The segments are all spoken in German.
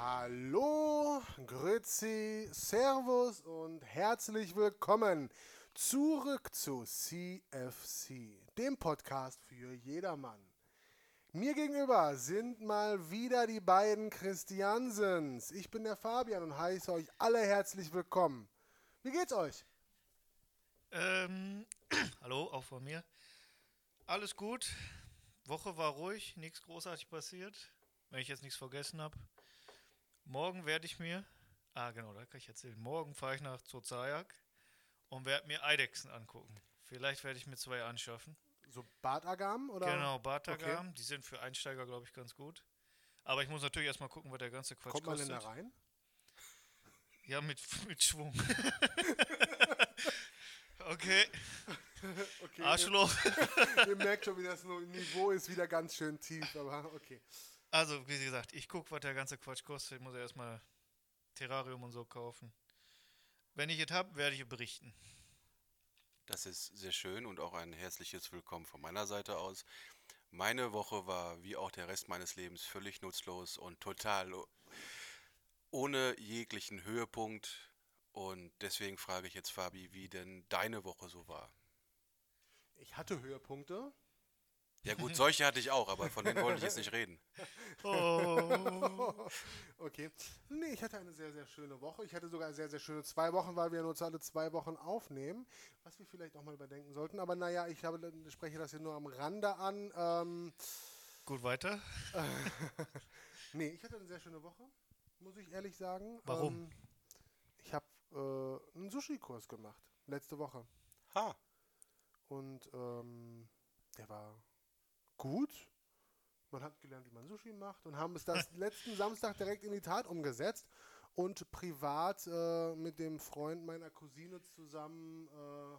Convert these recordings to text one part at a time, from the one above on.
Hallo, Grüezi, Servus und herzlich willkommen zurück zu CFC, dem Podcast für jedermann. Mir gegenüber sind mal wieder die beiden Christiansens. Ich bin der Fabian und heiße euch alle herzlich willkommen. Wie geht's euch? Ähm, hallo, auch von mir. Alles gut. Woche war ruhig, nichts großartig passiert, wenn ich jetzt nichts vergessen habe. Morgen werde ich mir, ah genau, da kann ich erzählen. Morgen fahre ich nach Zozajak und werde mir Eidechsen angucken. Vielleicht werde ich mir zwei anschaffen. So Bartagam oder? Genau, Batagam, die sind für Einsteiger, glaube ich, ganz gut. Aber ich muss natürlich erstmal gucken, was der ganze Quatsch Kommt man denn kostet. da rein? Ja, mit, mit Schwung. okay, Okay, Arschloch. Ah, ihr, ihr merkt schon, wie das Niveau ist wieder ganz schön tief, aber okay. Also, wie gesagt, ich gucke, was der ganze Quatsch kostet. Ich muss ja erstmal Terrarium und so kaufen. Wenn ich es habe, werde ich es berichten. Das ist sehr schön und auch ein herzliches Willkommen von meiner Seite aus. Meine Woche war wie auch der Rest meines Lebens völlig nutzlos und total o- ohne jeglichen Höhepunkt. Und deswegen frage ich jetzt Fabi, wie denn deine Woche so war. Ich hatte Höhepunkte. Ja gut, solche hatte ich auch, aber von denen wollte ich jetzt nicht reden. Oh. Okay. Nee, ich hatte eine sehr, sehr schöne Woche. Ich hatte sogar sehr, sehr schöne zwei Wochen, weil wir ja nur alle zwei Wochen aufnehmen, was wir vielleicht auch mal überdenken sollten. Aber naja, ich habe, spreche das hier nur am Rande an. Ähm, Gut, weiter. nee, ich hatte eine sehr schöne Woche, muss ich ehrlich sagen. Warum? Ähm, ich habe äh, einen Sushi-Kurs gemacht, letzte Woche. Ha, Und ähm, der war gut. Man hat gelernt, wie man Sushi macht und haben es das letzten Samstag direkt in die Tat umgesetzt und privat äh, mit dem Freund meiner Cousine zusammen äh,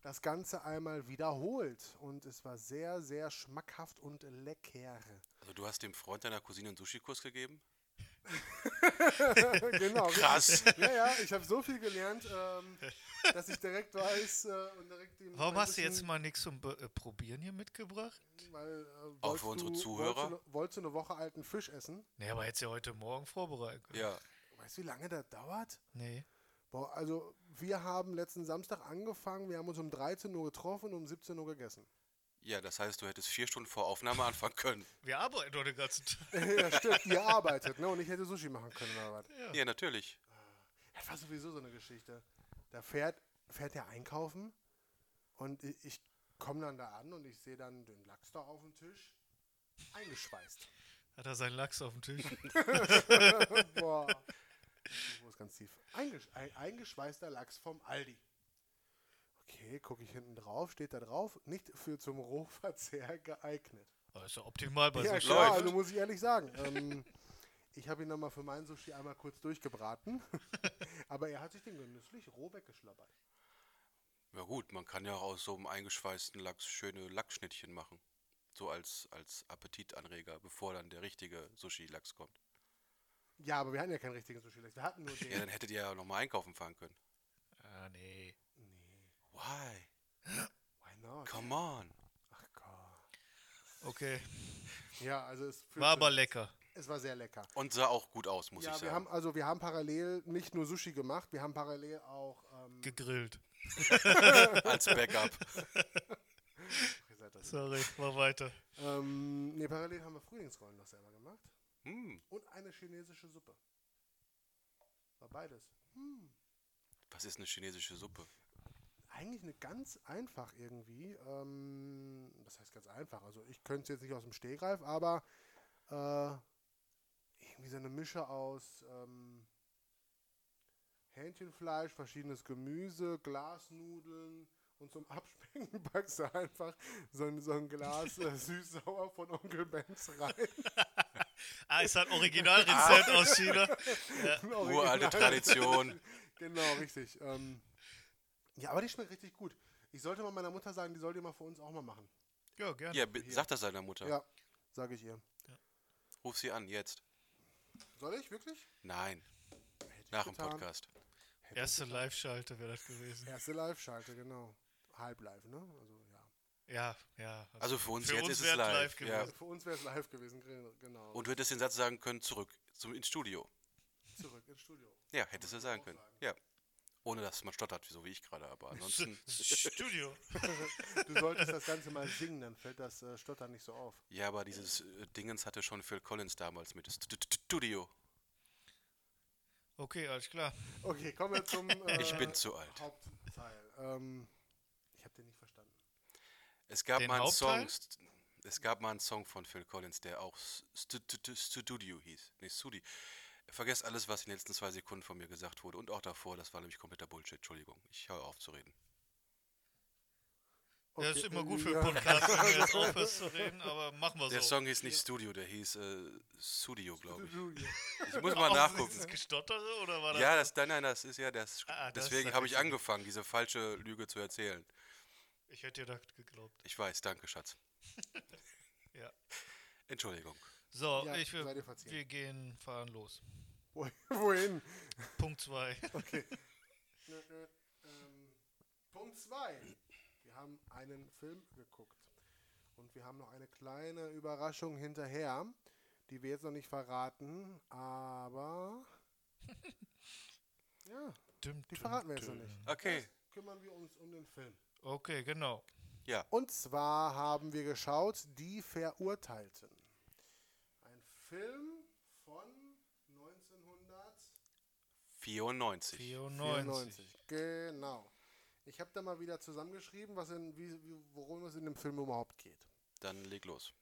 das Ganze einmal wiederholt. Und es war sehr, sehr schmackhaft und lecker. also du hast dem Freund deiner Cousine einen Sushi-Kurs gegeben? genau. Krass. Ja, ja, ich habe so viel gelernt, ähm, dass ich direkt weiß äh, und direkt dem. Warum ein hast du jetzt bisschen- mal nichts zum Be äh, Probieren hier mitgebracht? Weil, äh, wolltest Auch für unsere du- Zuhörer? Wolltest du, ne, wolltest du eine Woche alten Fisch essen? Nee, aber hättest ja heute Morgen vorbereiten können. Ja. Weißt du, wie lange das dauert? Nee. Boah, also wir haben letzten Samstag angefangen, wir haben uns um 13 Uhr getroffen und um 17 Uhr gegessen. Ja, das heißt, du hättest vier Stunden vor Aufnahme anfangen können. Wir arbeiten heute den ganzen Tag. ja, stimmt, ihr arbeitet, ne? Und ich hätte Sushi machen können oder was. Ja, natürlich. Das war sowieso so eine Geschichte. Da fährt, fährt der einkaufen und ich, ich komme dann da an und ich sehe dann den Lachs da auf dem Tisch. Eingeschweißt. Hat er seinen Lachs auf dem Tisch? Boah. Wo ist ganz tief? Eingesch ein, eingeschweißter Lachs vom Aldi. Okay, gucke ich hinten drauf, steht da drauf, nicht für zum Rohverzehr geeignet. Aber ist ja optimal bei ja, so klar, läuft. also muss ich ehrlich sagen. Ähm, ich habe ihn nochmal für meinen Sushi einmal kurz durchgebraten, aber er hat sich den genüsslich roh weggeschlabbert. Ja gut, man kann ja auch aus so einem eingeschweißten Lachs schöne Lachsschnittchen machen. So als, als Appetitanreger, bevor dann der richtige Sushi-Lachs kommt. Ja, aber wir hatten ja keinen richtigen Sushi-Lachs, wir hatten nur Ja, den. dann hättet ihr ja nochmal einkaufen fahren können. Ah, nee. Why? Why not? Come on. Ach Gott. Okay. Ja, also es, fühlt War sich- aber lecker. es war sehr lecker. Und sah auch gut aus, muss Ja, ich wir sagen. haben, also wir haben parallel nicht nur Sushi gemacht, wir haben parallel auch ähm, Gegrillt. Als Backup. Ihr seid das. Sorry, war weiter. Ähm, nee, parallel haben wir Frühlingsrollen noch selber gemacht. hm, Und eine chinesische Suppe. War beides. Hm, was ist eine chinesische Suppe? Eigentlich eine ganz einfach irgendwie. Ähm, das heißt ganz einfach. Also ich könnte es jetzt nicht aus dem Stehgreif, aber äh, irgendwie so eine Mische aus ähm, Hähnchenfleisch, verschiedenes Gemüse, Glasnudeln und zum Abspecken packst du einfach so ein, so ein Glas äh, süß-sauer von Onkel Benz rein. Ah, ist halt Originalrezept Ah. aus China. Uralte Tradition. Genau, richtig. Ähm, ja, aber die schmeckt richtig gut. Ich sollte mal meiner Mutter sagen, die soll die mal für uns auch mal machen. Ja, gerne. Ja, bi- sag das deiner Mutter. Ja, sage ich ihr. Ruf sie an, jetzt. Soll ich wirklich? Nein, nach dem getan. Podcast. Erste Live-Schalte wäre das gewesen. Erste Live-Schalte, genau. Halb-Live, ne? Also, ja. Ja, ja. Also für uns Für jetzt uns ist es wär's live. live ja. gewesen. Also, Für uns wäre es live gewesen, gre- genau. Und du hättest den Satz sagen können, zurück zum, ins Studio. zurück ins Studio. Ja, hättest du sagen können. sagen. Ja. Ohne dass man stottert, so wie ich gerade, aber ansonsten. Studio. Du solltest das Ganze mal singen, dann fällt das äh, Stottern nicht so auf. Ja, aber dieses äh, Dingens hatte schon Phil Collins damals mit. Das Studio. Okay, alles klar. Okay, kommen wir zum äh, Ich bin zu alt. Hauptteil. Ähm, ich habe den nicht verstanden. Es gab Den mal einen Hauptteil? Song. st- Es gab mal einen Song von Phil Collins, der auch S- Stu- Tu- Tu- Studio hieß. Nee, Studi. Vergesst alles, was in den letzten zwei Sekunden von mir gesagt wurde und auch davor. Das war nämlich kompletter Bullshit. Entschuldigung. Ich höre auf zu reden. Das ist Okay, äh, immer gut für ja. einen Podcast, wenn du jetzt aufhörst zu reden, aber machen wir so. Der Song hieß nicht Studio, der hieß äh, Studio, glaube ich. Studio. Ich muss mal Ist nachgucken. das Gestottere oder war das? Ja, das, nein, nein, das ist ja das. Ah, das deswegen sag habe ich ich ja. angefangen, diese falsche Lüge zu erzählen. Ich hätte dir das geglaubt. Ich weiß, danke, Schatz. Ja. Entschuldigung. So, Ja, ich will, sei dir verziehen. wir gehen, fahren los. Wo- Wohin? Punkt 2. Nö, nö. Ähm, Punkt 2. Wir haben einen Film geguckt. Und wir haben noch eine kleine Überraschung hinterher, die wir jetzt noch nicht verraten, aber. Ja, die verraten wir jetzt noch nicht. Okay. Erst Kümmern wir uns um den Film. Okay, genau. Ja. Und zwar haben wir geschaut Die Verurteilten. Ein Film von 1994. 94. 94. Genau. Ich habe da mal wieder zusammengeschrieben, was in, wie, wie- worum es in dem Film überhaupt geht. Dann leg los.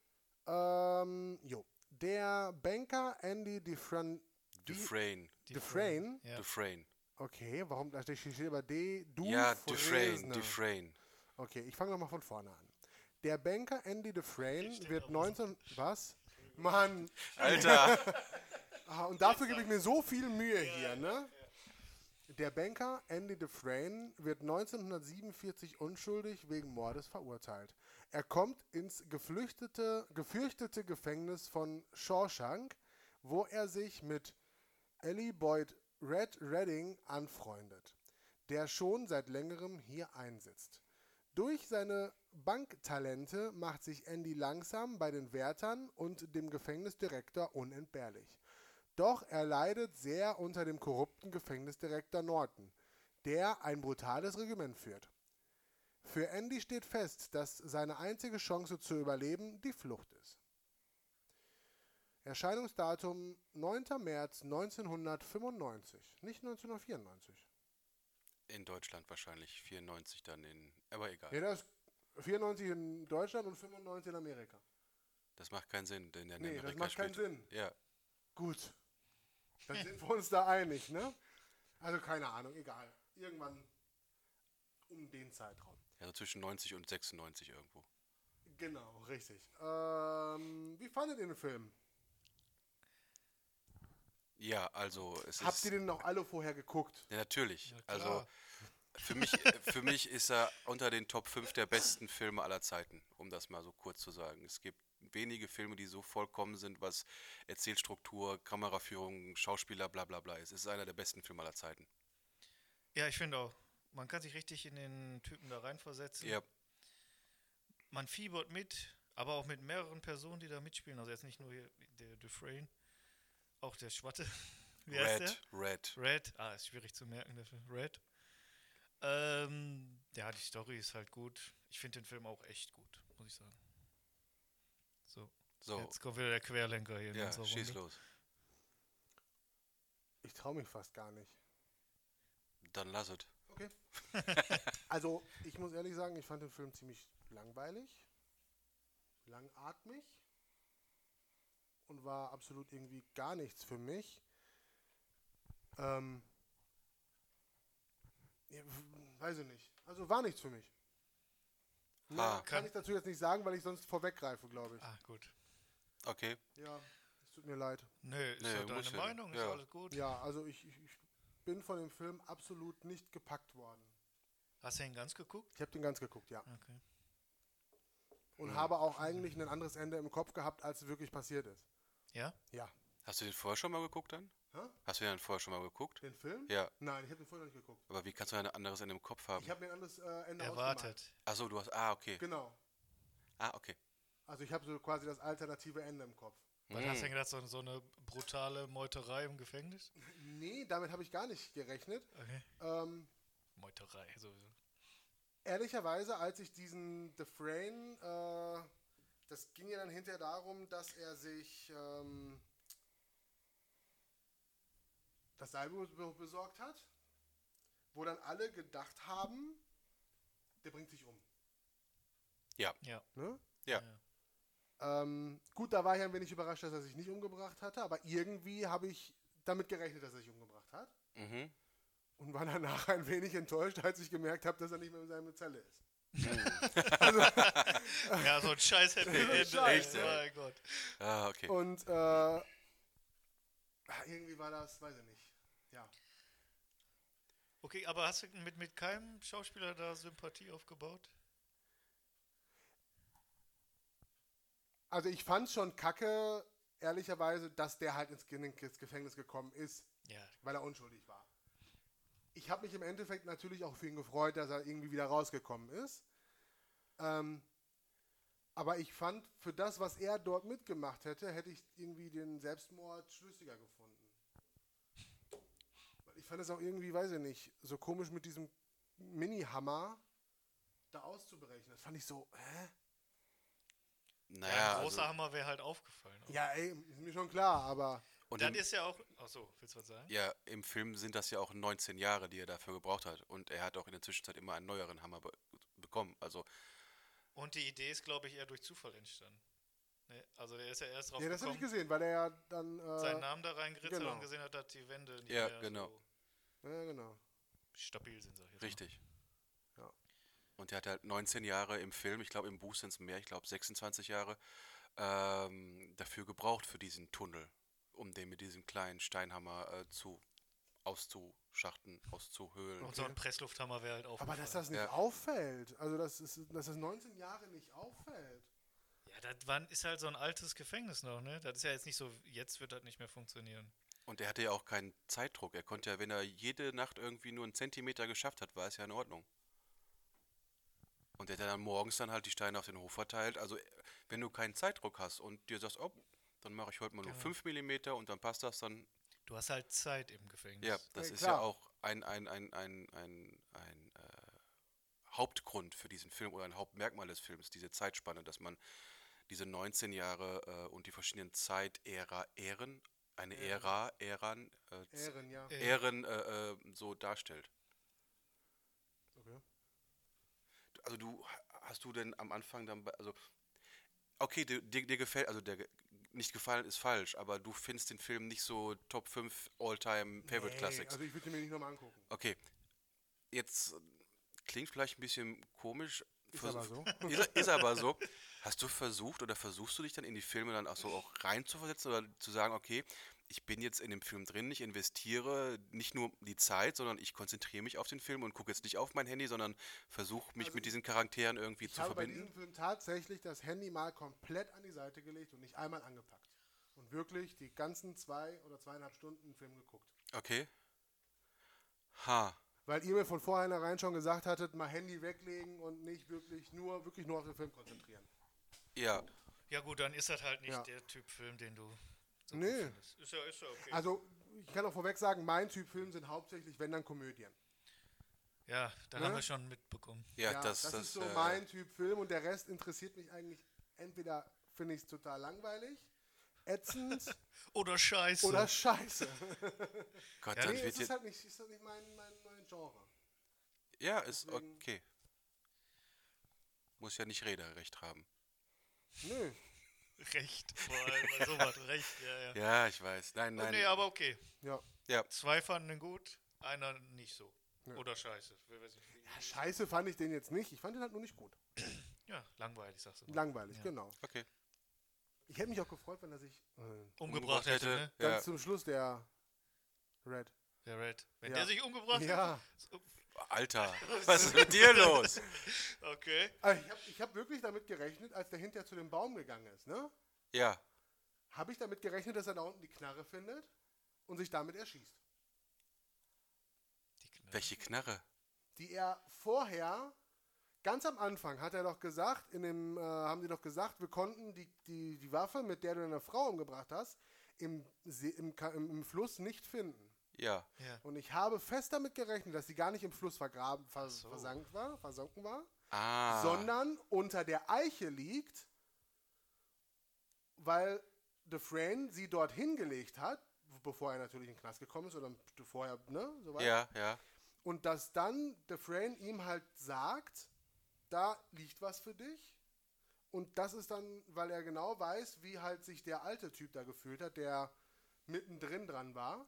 Ähm, jo. Der Banker Andy Dufran, Dufresne. Dufresne. Ja. Dufresne. Okay, warum da steht steht über D? Du Ja, Dufresne. Dufresne. Okay, ich fange nochmal von vorne an. Der Banker Andy Dufresne wird 19. Was? Mann, Alter. Ah, und dafür gebe ich mir so viel Mühe hier, ne? Der Banker Andy Dufresne wird 1947 unschuldig wegen Mordes verurteilt. Er kommt ins geflüchtete, gefürchtete Gefängnis von Shawshank, wo er sich mit Ellie Boyd Red Redding anfreundet, der schon seit längerem hier einsitzt. Durch seine Banktalente macht sich Andy langsam bei den Wärtern und dem Gefängnisdirektor unentbehrlich. Doch er leidet sehr unter dem korrupten Gefängnisdirektor Norton, der ein brutales Regiment führt. Für Andy steht fest, dass seine einzige Chance zu überleben die Flucht ist. Erscheinungsdatum 9. März 1995, nicht 1994. In Deutschland wahrscheinlich. 94 dann in. Aber egal. Ja, das ist 94 in Deutschland und 95 in Amerika. Das macht keinen Sinn, denn in Nee, das Amerika macht keinen spielt- Sinn. Ja. Gut. Dann sind wir uns da einig, ne? Also keine Ahnung, egal. Irgendwann um den Zeitraum. Also zwischen 90 und 96 irgendwo. Genau, richtig. Ähm, wie fandet ihr den Film? Ja, also es Habt ist. ihr den noch alle vorher geguckt? Ja, natürlich. also klar. für mich, äh, für mich ist er unter den Top 5 der besten Filme aller Zeiten, um das mal so kurz zu sagen. Es gibt wenige Filme, die so vollkommen sind, was Erzählstruktur, Kameraführung, Schauspieler, bla bla bla ist. Es ist einer der besten Filme aller Zeiten. Ja, ich finde auch. Man kann sich richtig in den Typen da reinversetzen. Ja, Man fiebert mit, aber auch mit mehreren Personen, die da mitspielen. Also jetzt nicht nur hier der Dufresne, auch der Schwatte. Wie heißt der? Red, Red. Red, ah, ist schwierig zu merken, der Film. Red. Ähm, ja, die Story ist halt gut. Ich finde den Film auch echt gut, muss ich sagen. So, So, jetzt kommt wieder der Querlenker hier in ja, unserer schieß Runde. los. Ich traue mich fast gar nicht. Dann lass es. Okay. also, ich muss ehrlich sagen, ich fand den Film ziemlich langweilig, langatmig und war absolut irgendwie gar nichts für mich. Ähm, ja, w- weiß ich nicht. Also war nichts für mich. Mehr Ah. kann ich dazu jetzt nicht sagen, weil ich sonst vorweggreife, glaube ich. Ah, gut. Okay, Ja, es tut mir leid. Nö, ist Nee, ja deine muss ja. Meinung, ist Ja. alles gut. Ja, also ich, ich, ich bin von dem Film absolut nicht gepackt worden. Hast du ihn ganz geguckt? Ich habe den ganz geguckt, ja. Okay. und habe auch eigentlich ein anderes Ende im Kopf gehabt, als wirklich passiert ist. Ja? Ja. Hast du den vorher schon mal geguckt dann? Hä? Hast du den dann vorher schon mal geguckt? Den Film? Ja. Nein, ich habe den vorher noch nicht geguckt. Aber wie kannst du ein anderes Ende im Kopf haben? Ich habe mir ein anderes äh, Ende ausgemacht. Erwartet. Achso, du hast. Ah, okay. Genau. Ah, okay. Also ich habe so quasi das alternative Ende im Kopf. Was Hm. hast du denn gedacht, so, so eine brutale Meuterei im Gefängnis? Nee, damit habe ich gar nicht gerechnet. Okay. Ähm, Meuterei, sowieso. ehrlicherweise, als ich diesen The Frame, äh, das ging ja dann hinterher darum, dass er sich ähm, das Salbe be- besorgt hat, wo dann alle gedacht haben, der bringt sich um. Ja. Ja. Ne? Ja. Ähm, gut, da war ich ein wenig überrascht, dass er sich nicht umgebracht hatte, aber irgendwie habe ich damit gerechnet, dass er sich umgebracht hat Mhm. und war danach ein wenig enttäuscht, als ich gemerkt habe, dass er nicht mehr in seiner Zelle ist. also, Ja, so ein scheiß Happy End. Scheiß, ey. ey. Mein Gott. Ah, okay. Und äh, ah, irgendwie war das, weiß ich nicht. Ja. Okay, aber hast du mit, mit keinem Schauspieler da Sympathie aufgebaut? Also ich fand schon kacke, ehrlicherweise, dass der halt ins, Ge- ins Gefängnis gekommen ist, Ja. weil er unschuldig war. Ich habe mich im Endeffekt natürlich auch für ihn gefreut, dass er irgendwie wieder rausgekommen ist. Ähm, aber ich fand, für das, was er dort mitgemacht hätte, hätte ich irgendwie den Selbstmord schlüssiger gefunden. Weil Ich fand es auch irgendwie, weiß ich nicht, so komisch mit diesem Mini-Hammer da auszubrechen. Das fand ich so, hä? Naja. ein also, großer Hammer wäre halt aufgefallen. Ja, ey, ist mir schon klar, aber und Dann im, ist ja auch. Achso, willst du was sagen? ja, im Film sind das ja auch 19 Jahre, die er dafür gebraucht hat. Und er hat auch in der Zwischenzeit immer einen neueren Hammer be bekommen. Also, Und die Idee ist, glaube ich, eher durch Zufall entstanden. Ne? Also der ist ja erst drauf ja, das habe gekommen, ich gesehen, weil er ja dann. Äh, seinen Namen da reingeritzt hat genau. und gesehen hat, dass die Wände nicht Ja, mehr genau. so Ja, genau. stabil sind. Sag ich jetzt mal. richtig. Ja. Und er hat halt 19 Jahre im Film, ich glaube im Buch sind es mehr, ich glaube 26 Jahre, ähm, dafür gebraucht für diesen Tunnel, um den mit diesem kleinen Steinhammer äh, zu auszuschachten, auszuhöhlen. Und so ein Presslufthammer wäre halt Aber dass das nicht Ja. auffällt, also dass, es, dass das 19 Jahre nicht auffällt. Ja, das war, ist halt so ein altes Gefängnis noch, ne? Das ist ja jetzt nicht so, jetzt wird das nicht mehr funktionieren. Und er hatte ja auch keinen Zeitdruck. Er konnte ja, wenn er jede Nacht irgendwie nur einen Zentimeter geschafft hat, war es ja in Ordnung. Und er hat ja dann morgens dann halt die Steine auf den Hof verteilt. Also, äh, wenn du keinen Zeitdruck hast und dir sagst, oh, dann mache ich heute mal nur Genau. 5 Millimeter und dann passt das, dann Du hast halt Zeit im Gefängnis. Ja, das Ja, ist klar. ja auch ein, ein, ein, ein, ein, ein äh, Hauptgrund für diesen Film oder ein Hauptmerkmal des Films, diese Zeitspanne, dass man diese 19 Jahre äh, und die verschiedenen Zeitära, Ähren, eine Ära, Äran, äh, Z- Ehren, ja. Äh, Ähren äh, äh, so darstellt. Okay. Also du, hast du denn am Anfang dann, bei- also, okay, dir, dir, dir gefällt, also der ge- nicht gefallen ist falsch, aber du findest den Film nicht so Top 5 All-Time Favorite Nee, Classics. Also ich würde mir nicht nochmal angucken. Okay. Jetzt äh, klingt vielleicht ein bisschen komisch. Ist Versuch- aber so. Ist, ist aber so. Hast du versucht oder versuchst du dich dann in die Filme dann auch so auch reinzuversetzen oder zu sagen, okay, ich bin jetzt in dem Film drin, ich investiere nicht nur die Zeit, sondern ich konzentriere mich auf den Film und gucke jetzt nicht auf mein Handy, sondern versuche mich Also mit diesen Charakteren irgendwie Ich zu habe bei verbinden? diesem Film tatsächlich das Handy mal komplett an die Seite gelegt und nicht einmal angepackt. Und wirklich die ganzen zwei oder zweieinhalb Stunden Film geguckt. Okay. Ha. Weil ihr mir von vornherein schon gesagt hattet, mal Handy weglegen und nicht wirklich nur, wirklich nur auf den Film konzentrieren. Ja. Ja, gut, dann ist das halt nicht Ja. der Typ Film, den du. So Nee. gut findest. Ist ja, ist ja okay. Also ich kann auch vorweg sagen, mein Typ Film sind hauptsächlich, wenn dann Komödien. ja, da ne? haben wir schon mitbekommen. Ja, Ja, das, das, ist so äh, mein Typ Film und der Rest interessiert mich eigentlich. Entweder finde ich es total langweilig, ätzend Oder Scheiße. oder scheiße. Gott, Ja, dann nee, wird es ist jetzt, halt nicht, ist halt nicht mein, mein, mein Genre. ja, ist deswegen- okay. Muss ja nicht Rederecht haben. Nö. Recht. Vor allem bei sowas. Recht, ja, ja. Ja, ich weiß. Nein, nein. Nee, aber okay. Ja. ja, Zwei fanden ihn gut, einer nicht so. Ja. Oder Scheiße. Wer weiß nicht, wie- ja, scheiße fand ich den jetzt nicht. Ich fand den halt nur nicht gut. Ja, langweilig, sagst du. mal. Langweilig, Ja. genau. okay. Ich hätte mich auch gefreut, wenn er sich äh, Umgebracht hätte, ne? ganz Ja. zum Schluss der Red. Der Red. Wenn Ja. der sich umgebracht Ja. hätte. so- Alter, was ist mit dir los? Okay. Also ich habe ich hab wirklich damit gerechnet, als der hinterher zu dem Baum gegangen ist, ne? Ja, Habe ich damit gerechnet, dass er da unten die Knarre findet und sich damit erschießt. Die Knarre. welche Knarre? Die er vorher, ganz am Anfang, hat er doch gesagt, in dem, äh, haben die doch gesagt, wir konnten die, die, die Waffe, mit der du deine Frau umgebracht hast, im, See, im, Ka- im, im Fluss nicht finden. Ja, Ja. Und ich habe fest damit gerechnet, dass sie gar nicht im Fluss vergraben, vers so. versank war, versunken war, ah, sondern unter der Eiche liegt, weil Dufresne sie dort hingelegt hat, bevor er natürlich in den Knast gekommen ist oder vorher, ne, so weiter. ja, ja, Und dass dann Dufresne ihm halt sagt, da liegt was für dich. Und das ist dann, weil er genau weiß, wie halt sich der alte Typ da gefühlt hat, der mittendrin dran war.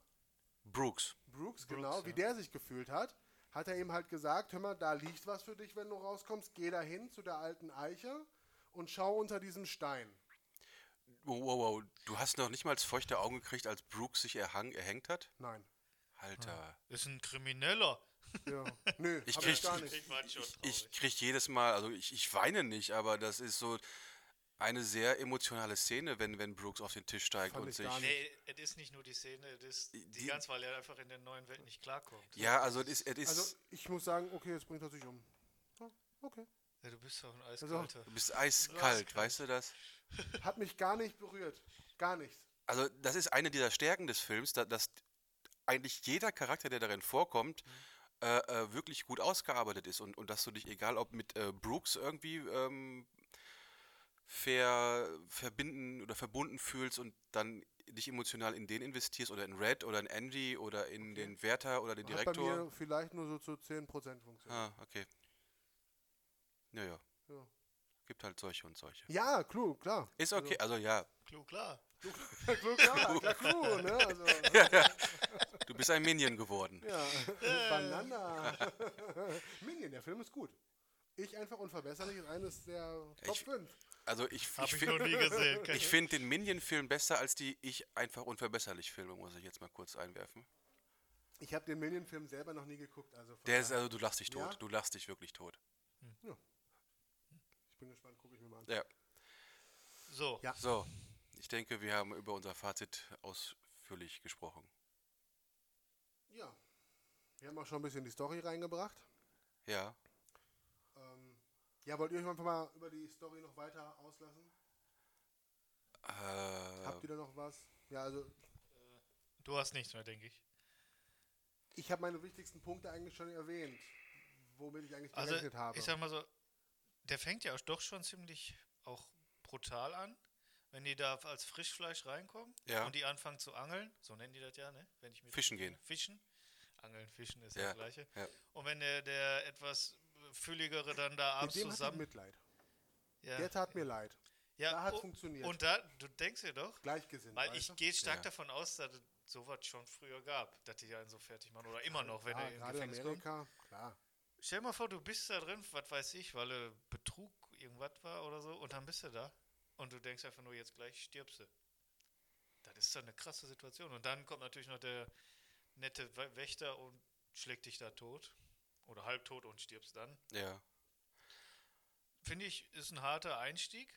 Brooks. Brooks, Brooks, genau, wie ja. der sich gefühlt hat, hat er ihm halt gesagt, hör mal, da liegt was für dich, wenn du rauskommst, geh da hin zu der alten Eiche und schau unter diesem Stein. Wow, wow, wow, du hast noch nicht mal feuchte Augen gekriegt, als Brooks sich erhang, erhängt hat? Nein. Ah, Alter, Ist ein Krimineller. Ja. Nö, Ich hab ich krieg- gar nicht. war schon ich krieg jedes Mal, also ich, ich weine nicht, aber das ist so eine sehr emotionale Szene, wenn, wenn Brooks auf den Tisch steigt Fand und ich sich... gar nicht. Nee, es ist nicht nur die Szene, es ist die, Die- ganz, weil er einfach in der neuen Welt nicht klarkommt. Ja, also es ist, es ist Also ich muss sagen, okay, es bringt er sich um. Ja, okay. Ja, du bist doch ein Also- Eiskalter. du bist eiskalt, weißt du das? Hat mich gar nicht berührt. Gar nichts. Also das ist eine dieser Stärken des Films, da, dass eigentlich jeder Charakter, der darin vorkommt, Mhm. äh, äh, wirklich gut ausgearbeitet ist und, und dass du dich, egal ob mit äh, Brooks irgendwie ähm, ver, verbinden oder verbunden fühlst und dann dich emotional in den investierst oder in Red oder in Andy oder in den Wärter oder den Hat bei Direktor. mir vielleicht nur so zu 10% funktioniert. Ah, okay. Naja, Ja. gibt halt solche und solche. Ja, Clou, klar. Ist okay, also ja, Klug, klar. Clou, klar, klar, Clou, ne? Also, du bist ein Minion geworden. ja. Banana. Minion, der Film ist gut. Ich einfach unverbesserlich ist eines der Top Ich- 5. Also ich, Hab ich, find- noch nie gesehen. Ich finde den Minion-Film besser als die Ich einfach unverbesserlich Filme, muss ich jetzt mal kurz einwerfen. Ich habe den Minion-Film selber noch nie geguckt. Also von Der ist, daher- also du lachst dich tot. Ja? Du lachst dich wirklich tot. ich bin gespannt, gucke ich mir mal an. Ja. So, Ja. So, ich denke, wir haben über unser Fazit ausführlich gesprochen. Ja. Wir haben auch schon ein bisschen die Story reingebracht. Ja. Ähm, ja, wollt ihr euch einfach mal über die Story noch weiter auslassen? Äh, Habt ihr da noch was? Ja, also du hast nichts mehr, denke ich. ich habe meine wichtigsten Punkte eigentlich schon erwähnt, womit ich eigentlich Also, gerechnet habe. ich sag mal so, der fängt ja auch doch schon ziemlich auch brutal an, wenn die da als Frischfleisch reinkommen Ja. und die anfangen zu angeln, so nennen die das ja, ne? Wenn ich mir Fischen gehen. Fischen. Angeln, Fischen ist Ja, das gleiche. ja. Und wenn der, der etwas fülligere dann da Mit abends dem hat zusammen. Mitleid. ja, Der tat mir leid. ja, da hat oh, funktioniert. Und da, du denkst dir doch, Gleichgesinnt. weil weißt ich du? gehe stark Ja. davon aus, dass es sowas schon früher gab, dass die ja einen so fertig machen oder immer noch, wenn ja, er im gerade in Gefängnis kommt. Amerika, klar. Stell mal vor, du bist da drin, was weiß ich, weil äh, Betrug irgendwas war oder so, und dann bist du da. Und du denkst einfach nur, jetzt gleich stirbst du. Das ist doch eine krasse Situation. Und dann kommt natürlich noch der nette Wä- Wächter und schlägt dich da tot. Oder halbtot und stirbst dann. ja. Finde ich, ist ein harter Einstieg.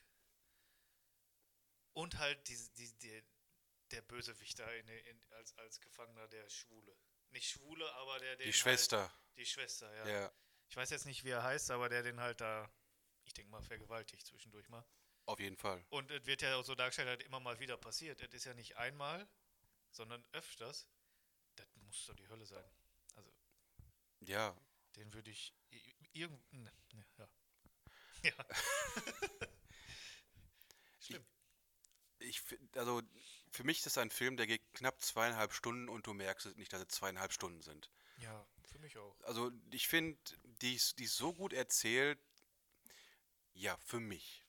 Und halt die, die, die, der Bösewicht da in, in, als, als Gefangener, der Schwule. Nicht Schwule, aber der, der Die Schwester. Halt, die Schwester, ja. Ja. Ich weiß jetzt nicht, wie er heißt, aber der den halt da, ich denke mal, vergewaltigt zwischendurch mal. Auf jeden Fall. Und es wird ja auch so dargestellt, dass immer mal wieder passiert. Es ist ja nicht einmal, sondern öfters. Das muss doch die Hölle sein. Also, Ja. den würde ich i- irgend. Ne, ne, ja. Ja. Stimmt. Ich, find- also für mich ist das ein Film, der geht knapp zweieinhalb Stunden und du merkst es nicht, dass es zweieinhalb Stunden sind. Ja, für mich auch. also ich finde, die, ist- die ist so gut erzählt, ja, für mich.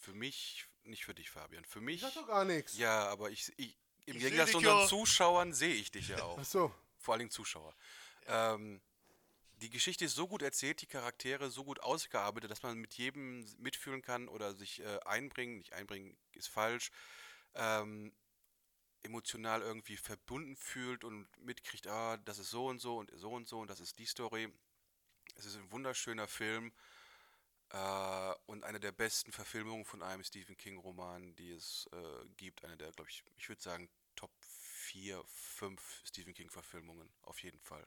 Für mich, nicht für dich, Fabian. Für Ich mich, sag doch gar nichts. ja, aber ich, ich im Ich seh Gegensatz zu dich unseren ja. Zuschauern sehe ich dich ja auch. Ach so. Vor allem Zuschauer. Ähm, die Geschichte ist so gut erzählt, die Charaktere so gut ausgearbeitet, dass man mit jedem mitfühlen kann oder sich äh, einbringen. Nicht einbringen ist falsch. Ähm, emotional irgendwie verbunden fühlt und mitkriegt, ah, das ist so und so und so und so und das ist die Story. Es ist ein wunderschöner Film äh, und eine der besten Verfilmungen von einem Stephen King-Roman, die es äh, gibt. Eine der, glaube ich, ich würde sagen, Top 4, 5 Stephen King-Verfilmungen, auf jeden Fall.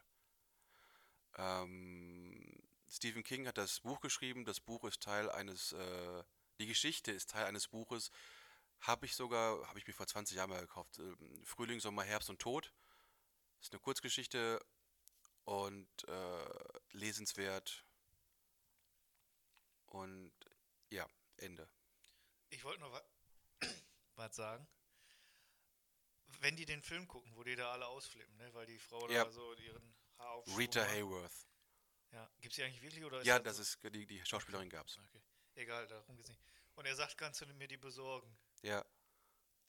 Ähm, Stephen King hat das Buch geschrieben. Das Buch ist Teil eines, äh, die Geschichte ist Teil eines Buches. Habe ich sogar, habe ich mir vor 20 Jahren mal gekauft. ähm, Frühling, Sommer, Herbst und Tod. Ist eine Kurzgeschichte und äh, lesenswert. Und ja, Ende. Ich wollte noch wa was sagen. Wenn die den Film gucken, wo die da alle ausflippen, ne? weil die Frau Ja. da so ihren Haar auf Rita Hayworth. Ja, gibt es die eigentlich wirklich? Oder Ja, das das so? ist die, die Schauspielerin gab's. Okay. Egal, darum geht's nicht. Und er sagt, kannst du mir die besorgen? Ja,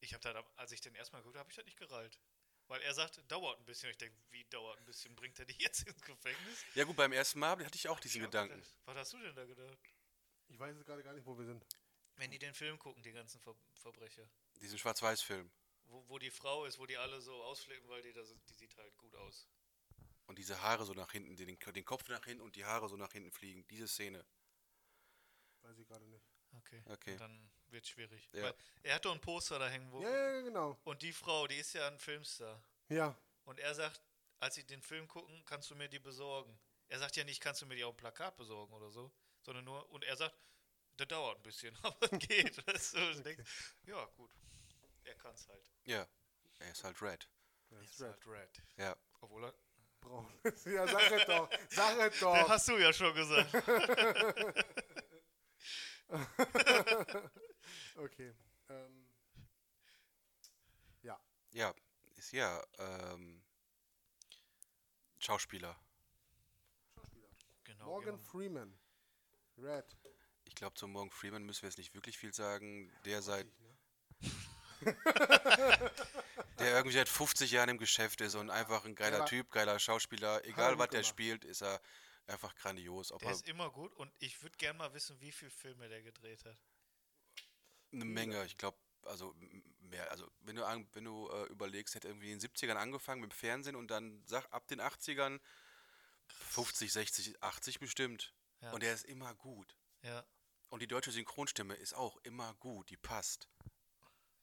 Ich habe da, als ich den erstmal geguckt habe, habe ich das nicht gerallt. Weil er sagt, dauert ein bisschen. Ich denke, wie dauert ein bisschen? Bringt er die jetzt ins Gefängnis? ja gut. Beim ersten Mal hatte ich auch diesen Ich hab Gedanken. Gedacht, was hast du denn da gedacht? Ich weiß jetzt gerade gar nicht, wo wir sind. Wenn die den Film gucken, die ganzen Ver Verbrecher. Diesen Schwarz-Weiß-Film Wo, wo die Frau ist, wo die alle so ausflippen, weil die da sind, die sieht halt gut aus. und diese Haare so nach hinten, den, den Kopf nach hinten und die Haare so nach hinten fliegen. Diese Szene. Weiß ich gerade nicht. Okay. Okay. Dann wird schwierig. Ja. Weil er hat doch ein Poster da hängen, wo. Ja, ja, ja, genau. Und die Frau, die ist ja ein Filmstar. Ja, Und er sagt, als sie den Film gucken, kannst du mir die besorgen. Er sagt ja nicht, kannst du mir die auf dem Plakat besorgen oder so, sondern nur, und er sagt, das dauert ein bisschen, aber es geht. Weißt du? Und du denkst, ja, gut. Er kann es halt. Ja, er ist halt red. das Er ist ist red. halt red. Ja. Obwohl er. Braun. ja, sag es doch. Sag es Oh. Das doch. hast du ja schon gesagt. Okay. Ähm, ja, Ja, ist ja ähm, Schauspieler. Schauspieler. genau. Morgan genau. Freeman. Red. Ich glaube, zu Morgan Freeman müssen wir jetzt nicht wirklich viel sagen. Der seit, ne? der irgendwie seit 50 Jahren im Geschäft ist und einfach ein geiler war- Typ, geiler Schauspieler. Egal, gut was der gemacht. spielt, ist er einfach grandios. Ob Der er ist immer gut und ich würde gerne mal wissen, wie viele Filme der gedreht hat. eine Menge, ich glaube, also m- mehr. Also, wenn du, an- wenn du äh, überlegst, hätte irgendwie in den 70ern angefangen mit dem Fernsehen und dann sag, ab den 80ern 50, 60, 80 bestimmt. Ja. Und er ist immer gut. Ja, Und die deutsche Synchronstimme ist auch immer gut, die passt.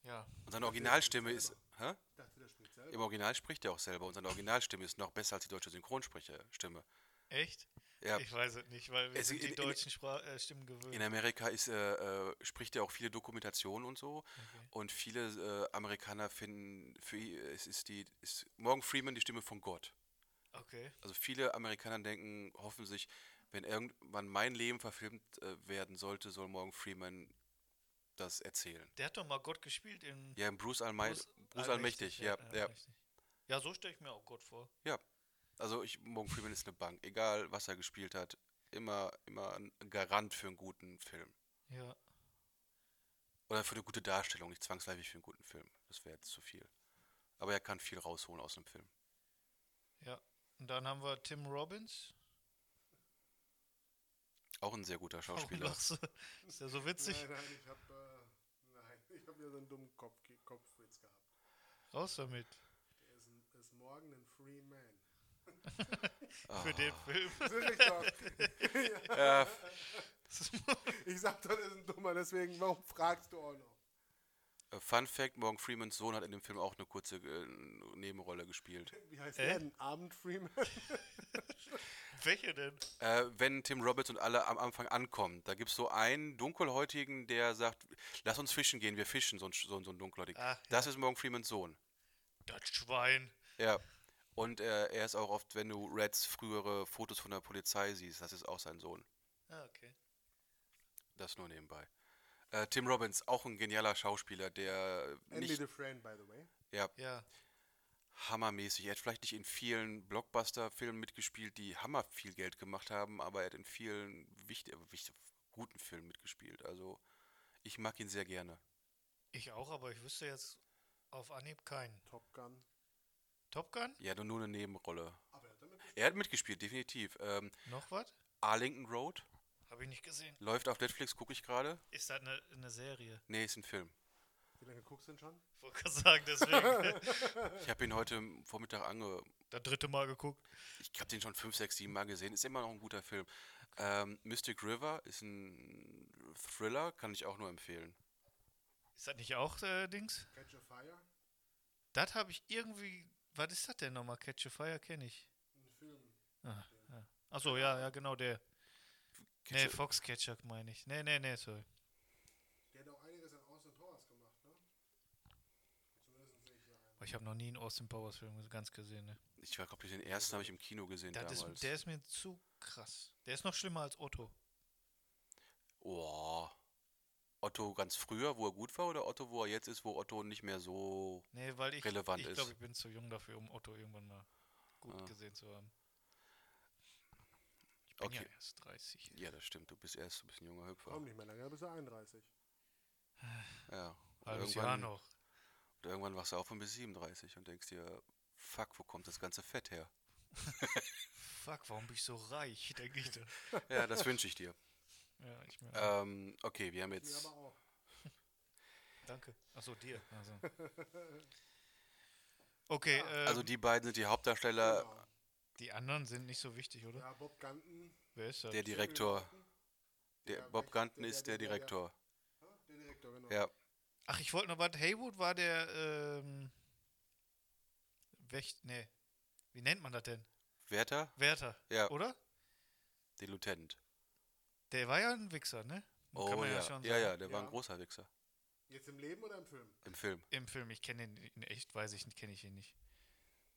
ja. Und seine Originalstimme ist. Hä? Ich dachte, der spielt selber. Im Original spricht er auch selber und seine Originalstimme ist noch besser als die deutsche Synchronsprecherstimme. Echt? Ja. Ich weiß es nicht, weil wir Es- sind in- die in- deutschen Spra äh, Stimmen In gewöhnt. Amerika ist, äh, äh, spricht er auch viele Dokumentationen und so. Okay. Und viele äh, Amerikaner finden, für ihn, es ist die, ist Morgan Freeman die Stimme von Gott. okay. Also viele Amerikaner denken, hoffen sich, wenn irgendwann mein Leben verfilmt äh, werden sollte, soll Morgan Freeman das erzählen. Der hat doch mal Gott gespielt in Ja, in Bruce, Almei Bruce, Allmächtig, ja, ja. Allmächtig. Ja, so stelle ich mir auch Gott vor. Also ich, Morgan Freeman ist eine Bank, egal was er gespielt hat, immer, immer ein Garant für einen guten Film. Ja. Oder für eine gute Darstellung, nicht zwangsläufig für einen guten Film. Das wäre jetzt zu viel. Aber er kann viel rausholen aus einem Film. ja. Und dann haben wir Tim Robbins. Auch ein sehr guter Warum Schauspieler. lachst du? Ist ja so witzig. Nein, nein, ich hab, äh, nein, ich hab ja so einen dummen Kopf, Kopf jetzt gehabt. Raus damit. Der ist, ein, ist morgen ein Free Man. Ah. Für den Film. Sag ich doch. Ja, Ich sag doch, der ist ein Dummer, deswegen, warum fragst du auch noch? äh, Fun Fact: Morgan Freemans Sohn hat in dem Film auch eine kurze äh, Nebenrolle gespielt. Wie heißt Äh? der denn? Abend Freeman? Welche denn? Äh, wenn Tim Roberts und alle am Anfang ankommen, da gibt es so einen Dunkelhäutigen, der sagt: Lass uns fischen gehen, wir fischen, so ein, Sch- so ein, so ein Dunkelhäutiger. Ach, Das ist Morgan Freemans Sohn. Das Schwein. Ja. Und äh, er ist auch oft, wenn du Reds frühere Fotos von der Polizei siehst, das ist auch sein Sohn. Ah, okay. Das nur nebenbei. Äh, Tim Robbins, auch ein genialer Schauspieler, der Andy nicht Dufresne, by the way. ja, Ja. hammermäßig. Er hat vielleicht nicht in vielen Blockbuster-Filmen mitgespielt, die hammer viel Geld gemacht haben, aber er hat in vielen wichtig, äh, wichtig, guten Filmen mitgespielt. Also ich mag ihn sehr gerne. Ich auch, aber ich wüsste jetzt auf Anhieb keinen. Top Gun. Top Gun? Ja, nur, nur eine Nebenrolle. Aber er hat damit Er hat mitgespielt, definitiv. Ähm, Noch was? Arlington Road Habe ich nicht gesehen. läuft auf Netflix, gucke ich gerade. Ist das ne, eine, eine Serie? Nee, ist ein Film. Wie lange guckst du denn schon? Ich wollte gerade sagen, deswegen. Ich habe ihn heute Vormittag ange. das dritte Mal geguckt. Ich habe den schon fünf, sechs, sieben Mal gesehen. Ist immer noch ein guter Film. Ähm, Mystic River ist ein Thriller, kann ich auch nur empfehlen. Ist das nicht auch äh, Dings? Catch a Fire? Das habe ich irgendwie. Was ist das denn nochmal? Catch a Fire kenne ich. Ein Film. Ah, ja. Achso, ja, ja, genau der. Catch nee, a- Foxcatcher meine ich. Nee, nee, nee, sorry. Der hat auch einiges an Austin Powers gemacht, ne? Zumindest sehe ich hier einen. Boah, Oh, Ich habe noch nie einen Austin Powers Film so ganz gesehen. Ne? Ich glaube, den ersten habe ich im Kino gesehen Das damals. ist, der ist mir zu krass. Der ist noch schlimmer als Otto. Oh. Otto ganz früher, wo er gut war, oder Otto, wo er jetzt ist, wo Otto nicht mehr so. Nee, weil ich, Relevant ich ist. glaube, ich bin zu jung dafür, um Otto irgendwann mal gut Ah. gesehen zu haben. Ich bin ja Okay. erst 30. Ja, das stimmt. Du bist erst ein bisschen junger Hüpfer. Komm nicht mehr lange, da bist du 31. Ja. Und Halbes Jahr irgendwann, noch. und irgendwann wachst du auf und bist 37 und denkst dir, fuck, wo kommt das ganze Fett her? Fuck, warum bin ich so reich, denke ich da. Ja, das wünsche ich dir. Ja, ich mir. Ähm, okay, wir haben Mir jetzt. aber auch. Danke. Achso, dir. Also. Okay, ähm, Also die beiden sind die Hauptdarsteller, Genau. die anderen sind nicht so wichtig, oder? Ja, Bob Gunton. ne? Wer ist das? der Direktor. Der Ja, Bob welch- Gunton der- ist der- der der- der- Direktor. Ah, Der Direktor, genau. Ja. Ach, ich wollte noch was. Haywood war der, ähm, Wächt, nee. Wie nennt man das denn? Werther? Wärter, Ja, oder? der Lieutenant. Der war ja ein Wichser, ne? Oh ja. ja, ja, der war ein Ja. großer Wichser Jetzt im Leben oder im Film? im Film. Im Film, ich kenne ihn in echt, weiß ich nicht, kenne ich ihn nicht.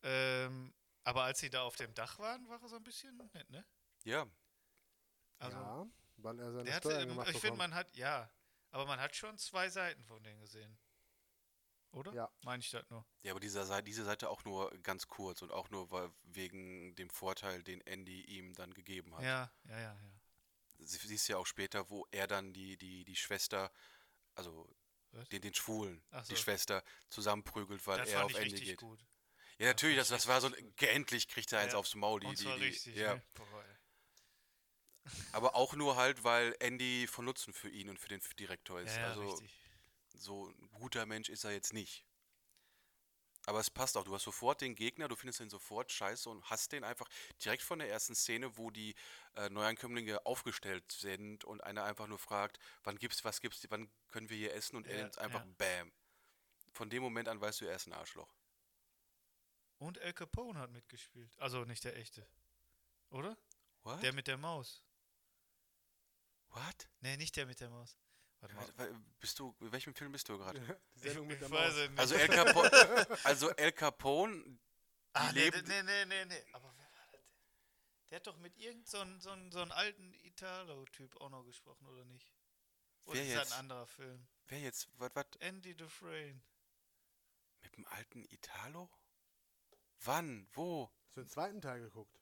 Ähm, aber als sie da auf dem Dach waren, war er so ein bisschen nett, ne? Ja, Also, ja, weil er seine der hatte, Steuer im, gemacht ich finde, bekommen. man hat, ja, aber man hat schon zwei Seiten von denen gesehen. Oder? Ja. Meine ich das nur. Ja, aber dieser Seite, diese Seite auch nur ganz kurz und auch nur weil wegen dem Vorteil, den Andy ihm dann gegeben hat. Ja, ja, ja, ja. Sie siehst ja auch später, wo er dann die, die, die Schwester, also Was? den, den Schwulen, Ach so. die Schwester zusammenprügelt, weil das er fand auf ich Andy richtig geht. gut. Ja, natürlich, das, fand ich das war so richtig ein, endlich kriegt er eins Ja. aufs Maul. Die, Und die, zwar die, richtig, ja. ne? Boah, ey. Aber auch nur halt, weil Andy von Nutzen für ihn und für den Direktor ist. ja, ja, also richtig. so ein guter Mensch ist er jetzt nicht. Aber es passt auch. Du hast sofort den Gegner, du findest ihn sofort scheiße und hast den einfach direkt von der ersten Szene, wo die äh, Neuankömmlinge aufgestellt sind und einer einfach nur fragt, wann gibt's, was gibt's, wann können wir hier essen und er Ja, nimmt einfach ja. Bam. Von dem Moment an weißt du, er ist ein Arschloch. Und Al Capone hat mitgespielt. Also nicht der echte. Oder? What? Der mit der Maus. What? Nee, nicht der mit der Maus. Warte mal. Wa- wa- Bist du, in welchem Film bist du gerade? Die Sendung mit der weiß Maus. es nicht. Also El Capone, also El Capone, ah, nee, lebt- nee, nee, nee, nee. Aber wer war das denn? Der hat doch mit irgendeinem so n- so n- so n alten Italo-Typ auch noch gesprochen, oder nicht? Oder Wer ist das jetzt? ein anderer Film? wer jetzt, was, was, Andy Dufresne. mit dem alten Italo? Wann? Wo? Hast du den zweiten Teil geguckt?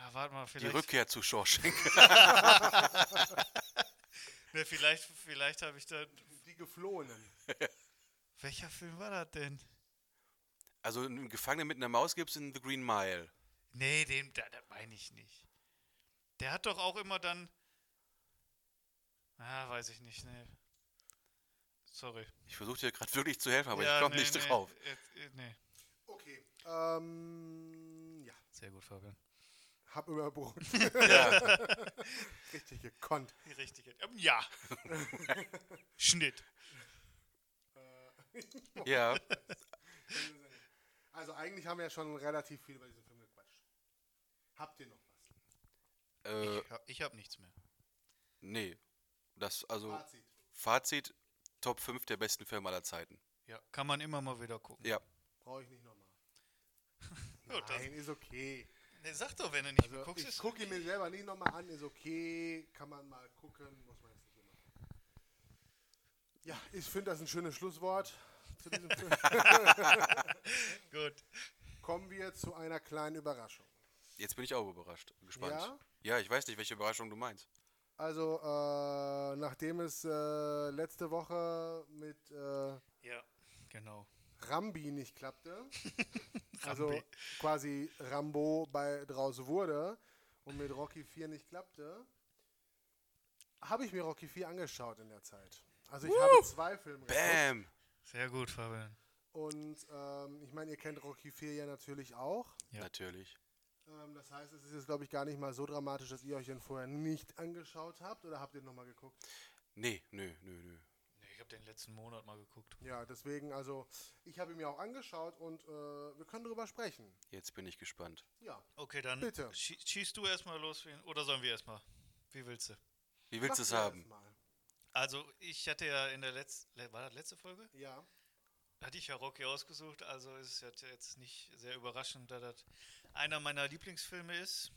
Ah, warte mal, Die vielleicht. Rückkehr zu Shawshank. Nee, vielleicht vielleicht habe ich da. Die Geflohenen. Welcher Film war das denn? Also einen Gefangenen mit einer Maus gibt es in The Green Mile. Nee, den, da, da meine ich nicht. Der hat doch auch immer dann. Ah, weiß ich nicht, nee. Sorry. Ich versuche dir gerade wirklich zu helfen, aber Ja, ich komme nee, nicht nee, drauf. jetzt, äh, nee. Okay. Ähm, ja. Sehr gut, Fabian. Hab überbrückt. Ja. Richtig gekonnt. Die richtige. Ähm, ja. Schnitt. ja. Also eigentlich haben wir ja schon relativ viel über diesen Film gequatscht. Habt ihr noch was? Äh, Ich hab, ich hab nichts mehr. nee. Das, also, Fazit. Fazit: Top 5 der besten Filme aller Zeiten. Ja, kann man immer mal wieder gucken. Ja. Brauche ich nicht nochmal. Ja, das- Nein, ist okay. Nee, sag doch, wenn du nicht mehr Also guckst. ich Ist, gucke ihn mir selber nicht nochmal an, ist okay, kann man mal gucken, muss man jetzt nicht immer. Ja, ich finde das ein schönes Schlusswort zu diesem Film. gut. Kommen wir zu einer kleinen Überraschung. Jetzt bin ich auch überrascht. Gespannt. Ja? Ja, ich weiß nicht, welche Überraschung du meinst. Also, äh, nachdem es äh, letzte Woche mit äh, Ja, genau. Rambi nicht klappte, also Rambi. quasi Rambo bei draus wurde und mit Rocky 4 nicht klappte, habe ich mir Rocky 4 angeschaut in der Zeit. Also ich habe zwei Filme geguckt. Bam! Sehr gut, Fabian. Und ähm, ich meine, ihr kennt Rocky 4 ja natürlich auch. Ja. Natürlich. Ähm, das heißt, es ist jetzt, glaube ich, gar nicht mal so dramatisch, dass ihr euch den vorher nicht angeschaut habt oder habt ihr nochmal geguckt? Nee, nö, nö, nö. Nee, ich habe den letzten Monat mal geguckt. Ja, deswegen, also ich habe ihn mir auch angeschaut und äh, wir können drüber sprechen. Jetzt bin ich gespannt. Ja. Okay, dann Bitte. schie- schießt du erstmal los Fien, oder sollen wir erstmal? Wie willst du? Wie willst Macht du es ihr haben? erstmal. Also, ich hatte ja in der letzten, war das letzte Folge? Ja. Hatte ich ja Rocky ausgesucht, also ist es ja jetzt nicht sehr überraschend, da das einer meiner Lieblingsfilme ist.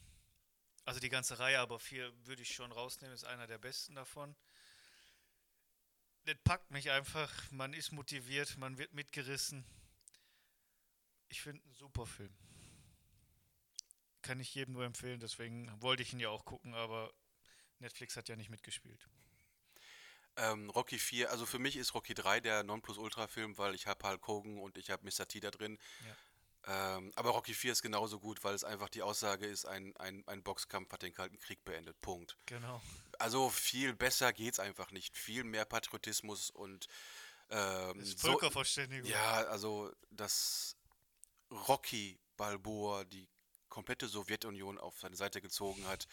Also die ganze Reihe, aber vier würde ich schon rausnehmen, ist einer der besten davon. Das packt mich einfach, man ist motiviert, man wird mitgerissen. Ich finde einen super Film. Kann ich jedem nur empfehlen, deswegen wollte ich ihn ja auch gucken, aber Netflix hat ja nicht mitgespielt. Ähm, Rocky 4, also für mich ist Rocky 3 der Nonplusultra-Film, weil ich habe Hulk Hogan und ich habe Mr. T da drin. Ähm, aber Rocky 4 ist genauso gut, weil es einfach die Aussage ist, ein, ein, ein Boxkampf hat den Kalten Krieg beendet. Punkt. Genau. Also viel besser geht's einfach nicht. Viel mehr Patriotismus und ähm, Ist so, Völkerverständigung. ja, also dass Rocky Balboa die komplette Sowjetunion auf seine Seite gezogen hat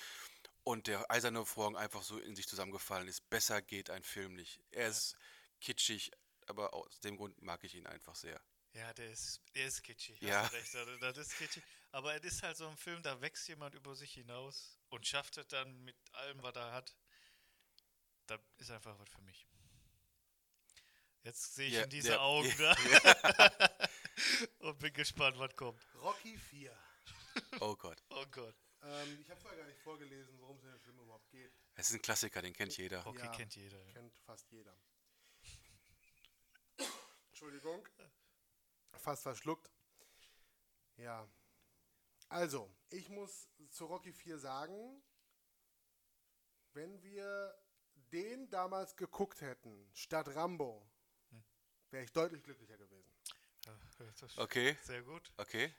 und der eiserne Vorhang einfach so in sich zusammengefallen ist. Besser geht ein Film nicht. Er ist kitschig, aber aus dem Grund mag ich ihn einfach sehr. Ja, der ist, der ist kitschig. Ja. Hast du recht, also das ist kitschig. Aber es ist halt so ein Film, da wächst jemand über sich hinaus und schafft es dann mit allem, was er hat. Da ist einfach was für mich. Jetzt sehe ich Ja, in diese ja, Augen ja, da. und bin gespannt, was kommt. Rocky 4. Oh Gott. Oh Gott. Ähm, ich habe vorher gar nicht vorgelesen, worum es in dem Film überhaupt geht. Es ist ein Klassiker, den kennt jeder. Rocky Ja. kennt jeder. Ja. Kennt fast jeder. Entschuldigung. Fast verschluckt. Ja. Also, ich muss zu Rocky 4 sagen, wenn wir den damals geguckt hätten, statt Rambo, wäre ich deutlich glücklicher gewesen. Ja, das ist Okay, Sehr gut. okay.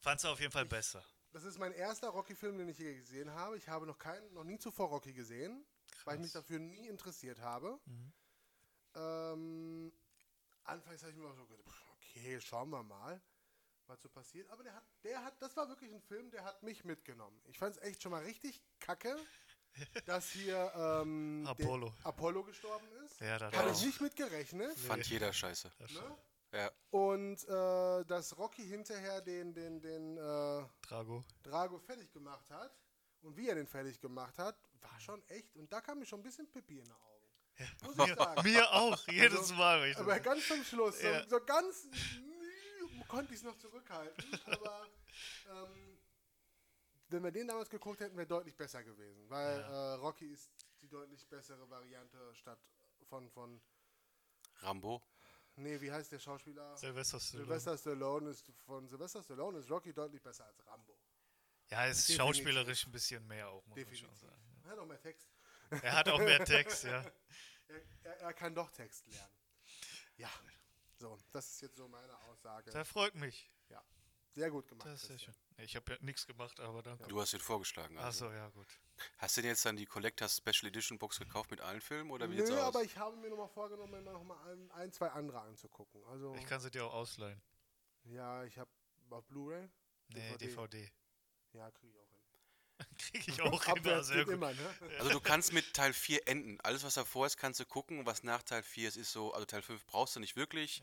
Fandst du auf jeden Fall besser. Das ist mein erster Rocky-Film, den ich je gesehen habe. Ich habe noch keinen, noch nie zuvor Rocky gesehen, weil ich mich dafür nie interessiert habe. Mhm. Ähm, anfangs habe ich mir auch so gedacht, pff, okay, schauen wir mal, was so passiert. Aber der hat, der hat, das war wirklich ein Film, der hat mich mitgenommen. Ich fand es echt schon mal richtig kacke, dass hier ähm, der Apollo. Apollo gestorben ist. Ja, genau. das Habe auch. ich nicht mitgerechnet. Fand jeder scheiße. Ne? Ja. Und äh, dass Rocky hinterher den, den, den äh, Drago. Drago fertig gemacht hat und wie er den fertig gemacht hat, war Hm. schon echt. Und da kam mir schon ein bisschen Pipi in die Augen. Muss ich sagen. Mir auch, jedes Also, Mal. Wenn ich das Aber ganz zum Schluss, so, Ja. so ganz konnte ich es noch zurückhalten. Aber ähm, wenn wir den damals geguckt hätten, wäre deutlich besser gewesen. Weil äh, Rocky ist die deutlich bessere Variante statt von, von Rambo? nee, wie heißt der Schauspieler? Sylvester Stallone. Sylvester Stallone ist von Sylvester Stallone ist Rocky deutlich besser als Rambo. Ja, ist Definitiv. schauspielerisch ein bisschen mehr auch, muss man Definitiv. schon sagen. Er hat auch mehr Text. Er hat auch mehr Text, ja. Er, er, er kann doch Text lernen. Ja. So, das ist jetzt so meine Aussage. Das freut mich. Ja. Sehr gut gemacht. Das ist sehr Christian. schön. Ich habe ja nichts gemacht, aber danke. Du hast ihn vorgeschlagen. Also. Achso, ja, gut. Hast du denn jetzt dann die Collectors Special Edition Box gekauft mit allen Filmen oder wie sieht's Nö, aus? aber ich habe mir nochmal vorgenommen, mir nochmal ein, ein, zwei andere anzugucken. Also, Ich kann sie dir auch ausleihen. ja, ich habe auf Blu-ray. Nee, DVD. Ja, kriege ich auch hin. Kriege ich auch immer Abwärts sehr geht gut. immer, ne? Also du kannst mit Teil 4 enden. Alles, was davor ist, kannst du gucken. Und was nach Teil 4 ist, ist so, also Teil 5 brauchst du nicht wirklich.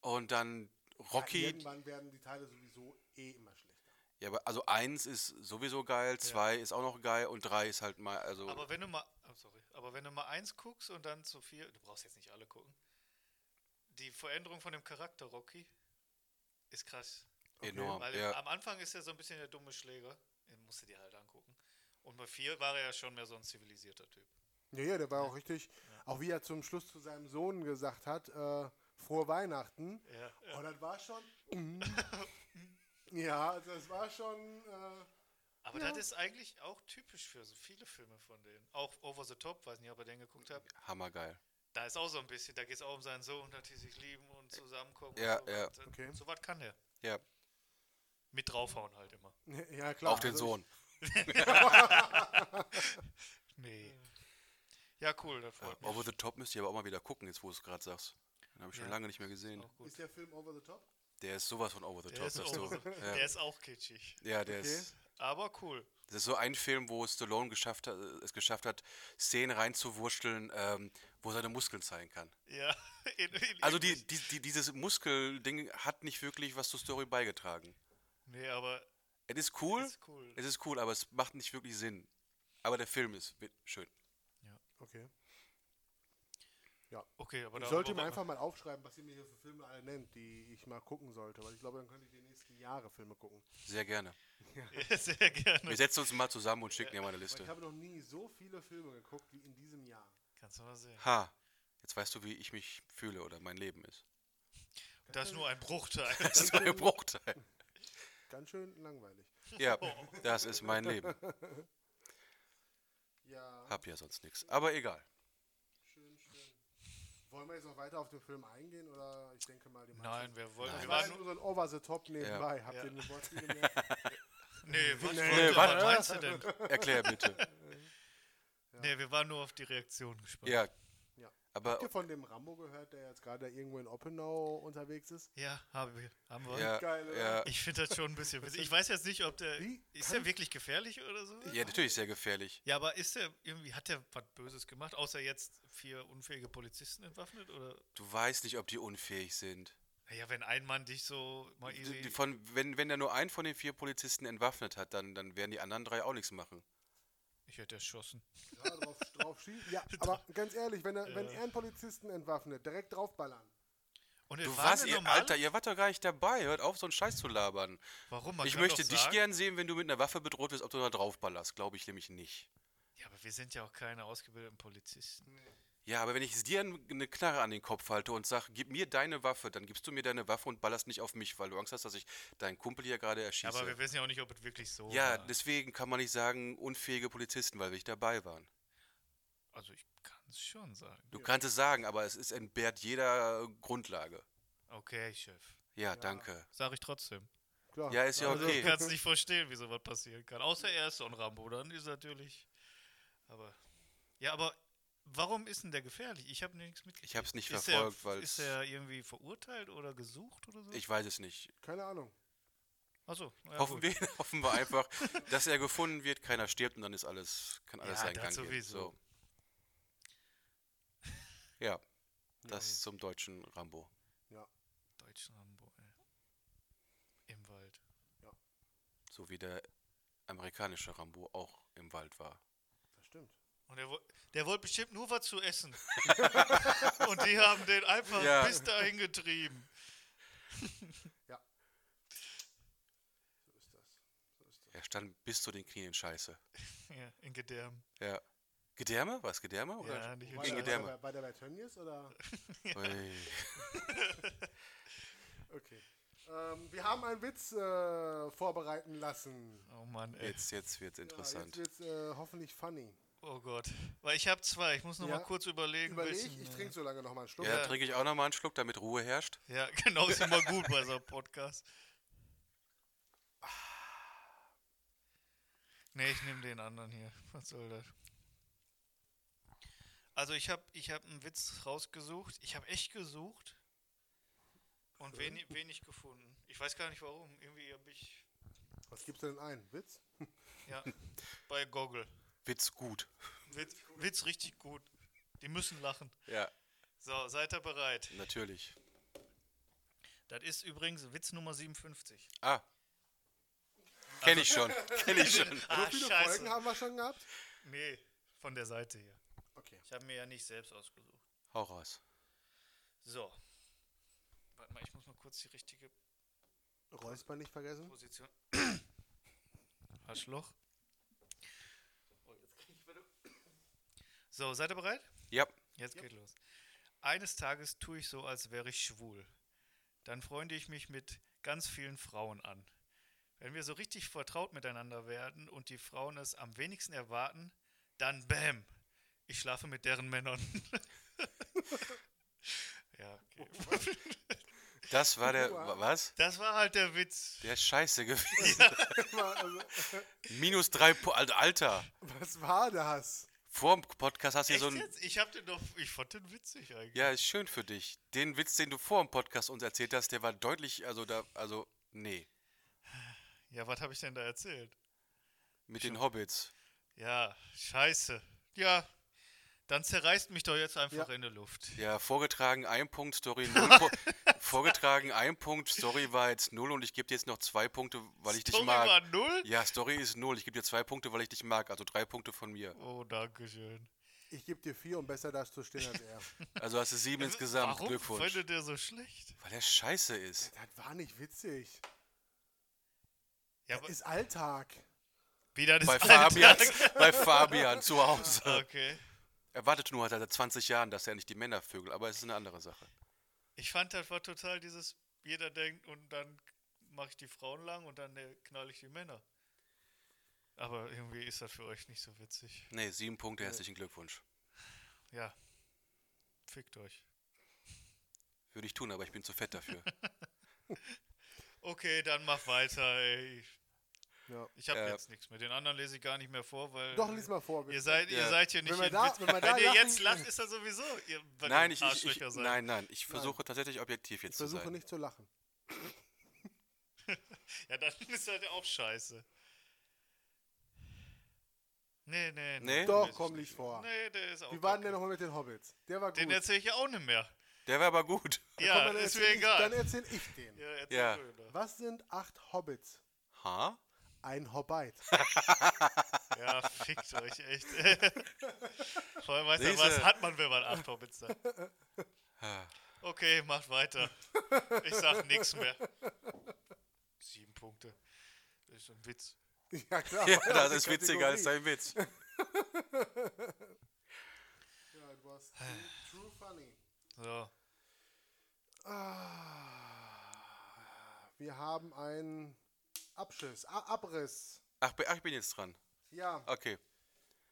Und dann Ja, Rocky. irgendwann werden die Teile sowieso eh immer schlechter. Ja, aber also 1 ist sowieso geil, 2 ist auch noch geil und 3 ist halt mal, also Aber wenn du mal, oh, sorry, aber wenn du mal eins guckst und dann zu viel, du brauchst jetzt nicht alle gucken. Die Veränderung von dem Charakter Rocky ist krass. enorm. Weil Oh, Ja. am Anfang ist er so ein bisschen der dumme Schläger. Den musst du dir halt angucken. Und bei vier war er ja schon mehr so ein zivilisierter Typ. Ja, ja, der war auch richtig, auch wie er zum Schluss zu seinem Sohn gesagt hat, äh, frohe Weihnachten. Ja, Und das war schon. ja, also das war schon. Äh, Aber das ist eigentlich auch typisch für so viele Filme von denen. Auch Over the Top, weiß nicht, ob ihr den geguckt habt. Hammergeil. Da ist auch so ein bisschen, da geht es auch um seinen Sohn, dass die sich lieben und zusammenkommen. Ja, und so ja. was. Okay. So was kann der. Ja, Mit draufhauen halt immer. Ja, klar. auch den also Sohn. Nee. Ja, cool, das freut mich. Over the Top müsst ihr aber auch mal wieder gucken, jetzt wo du es gerade sagst. Den habe ich schon Ja. lange nicht mehr gesehen. Auch gut. Ist der Film over the top? Der ist sowas von over the Der top. ist, dass du, auch, ja, der ist auch kitschig. ja, der Okay. ist. Aber cool. Das ist so ein Film, wo Stallone geschafft hat, äh, es geschafft hat, Szenen reinzuwurschteln, ähm, wo er seine Muskeln zeigen kann. Ja. In, in Also die, irgendwelchen- die, die, dieses Muskelding hat nicht wirklich was zur Story beigetragen. Nee, aber Es ist cool, ist cool. es ist cool, aber es macht nicht wirklich Sinn. Aber der Film ist wi- schön. Okay. Okay, aber Ich darüber sollte mir wollen wir- einfach mal aufschreiben, was ihr mir hier für Filme alle nennt, die ich mal gucken sollte, weil ich glaube, dann könnte ich die nächsten Jahre Filme gucken. Sehr gerne. Sehr gerne. Wir setzen uns mal zusammen und schicken dir mal eine Weil ich Liste. habe noch nie so viele Filme geguckt wie in diesem Jahr. Kannst du mal sehen. Ha, jetzt weißt du, wie ich mich fühle oder mein Leben ist. Das ist nur ein Bruchteil. Das ist nur ein Bruchteil. Ganz schön langweilig. Ja, das ist mein Leben. Ja, Hab ja sonst nichts. Aber egal. schön, schön. Wollen wir jetzt noch weiter auf den Film eingehen oder ich denke mal, die meisten- Nein, wir wollten. Nein. Das Wir war waren jetzt nur, nur so ein Over the Top nebenbei. Habt Ja. ihr den Wort gemerkt? nee, was, Nee, wollt ihr- was? was meinst du denn? Erklär bitte. Nee, wir waren nur auf die Reaktion gespannt. Ja. Ja. Aber Habt ihr von dem Rambo gehört, der jetzt gerade irgendwo in Oppenau unterwegs ist? Ja, haben wir. Haben wir. ja, Geil, oder? ja, Ich finde das schon ein bisschen witzig. Ich weiß jetzt nicht, ob der. Wie Ist kann der wirklich gefährlich oder so? ja, natürlich sehr gefährlich. Ja, aber ist der irgendwie, hat der was Böses gemacht, außer jetzt vier unfähige Polizisten entwaffnet? Oder? Du weißt nicht, ob die unfähig sind. Naja, wenn ein Mann dich so mal Die- die easy. Von, wenn, wenn er nur einen von den vier Polizisten entwaffnet hat, dann, dann werden die anderen drei auch nichts machen. Ich hätte erschossen. Ja, drauf, drauf schießen. Ja, aber ganz ehrlich, wenn er, wenn Ja. er einen Polizisten entwaffnet, direkt draufballern. Und Du es Äh, waren warst, ja ihr, normale- Alter, ihr wart doch gar nicht dabei. Hört auf, so einen Scheiß zu labern. Warum? Man ich kann möchte doch dich sagen, gern sehen, wenn du mit einer Waffe bedroht wirst, ob du da draufballerst. Glaube ich nämlich nicht. Ja, aber wir sind ja auch keine ausgebildeten Polizisten. Ja, aber wenn ich dir n- eine Knarre an den Kopf halte und sage, gib mir deine Waffe, dann gibst du mir deine Waffe und ballerst nicht auf mich, weil du Angst hast, dass ich deinen Kumpel hier gerade Ja, erschieße. aber wir wissen ja auch nicht, ob es wirklich so ja, war. deswegen kann man nicht sagen, unfähige Polizisten, weil wir nicht dabei waren. Also ich kann es schon sagen. Du kannst es sagen, aber es ist entbehrt jeder Grundlage. Okay, Chef. Ja, danke. Sag ich trotzdem. Klar. Ja, ist ja Also, Ich okay. kann es nicht verstehen, wie sowas passieren kann. Außer er ist so ein Rambo, dann ist er natürlich. Aber. Ja, aber warum ist denn der gefährlich? Ich habe nichts mitgekriegt. Ich habe es nicht Ist er- verfolgt, weil Ist er irgendwie verurteilt oder gesucht oder so? ich weiß es nicht. Keine Ahnung. Achso. Ja, hoffen, gut. wir, hoffen wir einfach, dass er gefunden wird, keiner stirbt und dann ist alles, kann alles Ja, sein das Gang gehen. sowieso. So. Ja, das zum deutschen Rambo. Deutschen Rambo, ey. Im Wald. So wie der amerikanische Rambo auch im Wald war. Das stimmt. Und er, wo- der wollte bestimmt nur was zu essen. Und die haben den einfach Ja. bis dahin getrieben. So ist das. So ist das. Er stand bis zu den Knien in Scheiße. Ja, in Gedärm. Ja. Gedärme? War es Gedärme? Ja, Oder? nicht War in Gegen der, war, der, Gedärm. Gedärme. bei- war der bei Tönnies oder? Ui. Okay. Ähm, wir haben einen Witz äh, vorbereiten lassen. Oh Mann, ey. Jetzt, jetzt wird es interessant. Ja, jetzt wird's äh, hoffentlich funny. Oh Gott. Weil ich habe zwei. Ich muss noch Ja. mal kurz überlegen. Überleg, welchen, ich äh, trinke so lange nochmal einen Schluck. Ja, dann trinke ich auch nochmal einen Schluck, damit Ruhe herrscht. Ja, genau, ist immer gut bei so einem Podcast. Nee, ich nehme den anderen hier. Was soll das? Also ich habe ich hab einen Witz rausgesucht. Ich habe echt gesucht und wenig, wenig gefunden. Ich weiß gar nicht warum. Irgendwie habe ich... Was gibst du denn ein? Witz? Ja, bei Goggle. Witz gut. Witz, Witz richtig gut. Die müssen lachen. Ja, So, seid ihr bereit? natürlich. Das ist übrigens Witz Nummer 57. Ah. Kenne ich schon. Kenne ich schon. So Ah, viele Folgen haben wir schon gehabt? Nee, von der Seite hier. Okay. Ich habe mir ja nicht selbst ausgesucht. Hau raus. So. Warte mal, ich muss mal kurz die richtige Räusper nicht vergessen. Position. Arschloch. Oh, jetzt krieg ich wieder- So, seid ihr bereit? Ja. Jetzt geht los. Eines Tages tue ich so, als wäre ich schwul. Dann freunde ich mich mit ganz vielen Frauen an. Wenn wir so richtig vertraut miteinander werden und die Frauen es am wenigsten erwarten, dann bäm, ich schlafe mit deren Männern. ja, okay. Das war der. Wow. wa- Was? Das war halt der Witz. Der ist scheiße gewesen. Mal, also, Minus drei Punkte. Alter. was war das? Vor dem Podcast hast du hier Echt so einen. jetzt? Ich hab den doch, ich fand den witzig eigentlich. Ja, ist schön für dich. Den Witz, den du vor dem Podcast uns erzählt hast, der war deutlich, also da, also, nee. Ja, was habe ich denn da erzählt? Mit den Hobbits. Ja, scheiße. Ja, dann zerreißt mich doch jetzt einfach Ja. in der Luft. Ja, vorgetragen ein Punkt, Story null. Po- vorgetragen ein Punkt, Story war jetzt null und ich gebe dir jetzt noch zwei Punkte, weil ich dich Story mag. war null? Ja, Story ist null. Ich gebe dir zwei Punkte, weil ich dich mag. Also drei Punkte von mir. Oh, danke schön. Ich gebe dir vier, um besser dazustehen als er. Also hast du sieben insgesamt. Warum Glückwunsch. findet ihr so schlecht? Weil er scheiße ist. Das war nicht witzig. Ja, Das aber ist Alltag. wieder das Bei Alltag. Fabian, bei Fabian zu Hause. Okay. Erwartet nur halt seit 20 Jahren, dass er nicht die Männer vögelt, aber es ist eine andere Sache. Ich fand das war total dieses, jeder denkt und dann mache ich die Frauen lang und dann äh, knall ich die Männer. Aber irgendwie ist das für euch nicht so witzig. Nee, sieben Punkte, herzlichen Glückwunsch. Ja. Fickt euch. Würde ich tun, aber ich bin zu fett dafür. Okay, dann mach weiter, ey. Ja. Ich habe Äh. jetzt nichts mehr. Den anderen lese ich gar nicht mehr vor, weil. Doch, lies mal vor. Äh, Ihr seid, ihr Ja. seid hier nicht Wenn wir in da- Witz- wenn wir da ihr lachen- jetzt lacht, ist er sowieso. Ihr, weil nein, ihr ich, ich, ich Arschlöcher seid. nein, nein, ich versuche tatsächlich objektiv jetzt ich zu versuche sein. nicht zu lachen. Ja, dann ist das ja auch scheiße. Nee, nee, Nee? Doch, weiß ich komm, nicht. lies vor. Nee, der ist auch. Wie war denn der kacke. nochmal mit den Hobbits? Der war gut. Den erzähle ich ja auch nicht mehr. Der war aber gut. Komm, Ja, dann ist erzähl mir ich, Dann egal. erzähl ich den. Ja, erzähl Ja. du doch. Was sind acht Hobbits? Ha? Ein Hobbit. ja, fickt euch echt. Vor allem weiß er, Siehste. was hat man, wenn man acht Hobbits hat. Okay, macht weiter. Ich sag nichts mehr. Sieben Punkte. Das ist ein Witz. ja, klar. Ja, war ja das die ist witziger als Kategorie. dein Witz. Ja, it was too, too funny. So. Ah, wir haben einen Abschiss, A Abriss. Ach, be- ach, ich bin jetzt dran. Ja, Okay.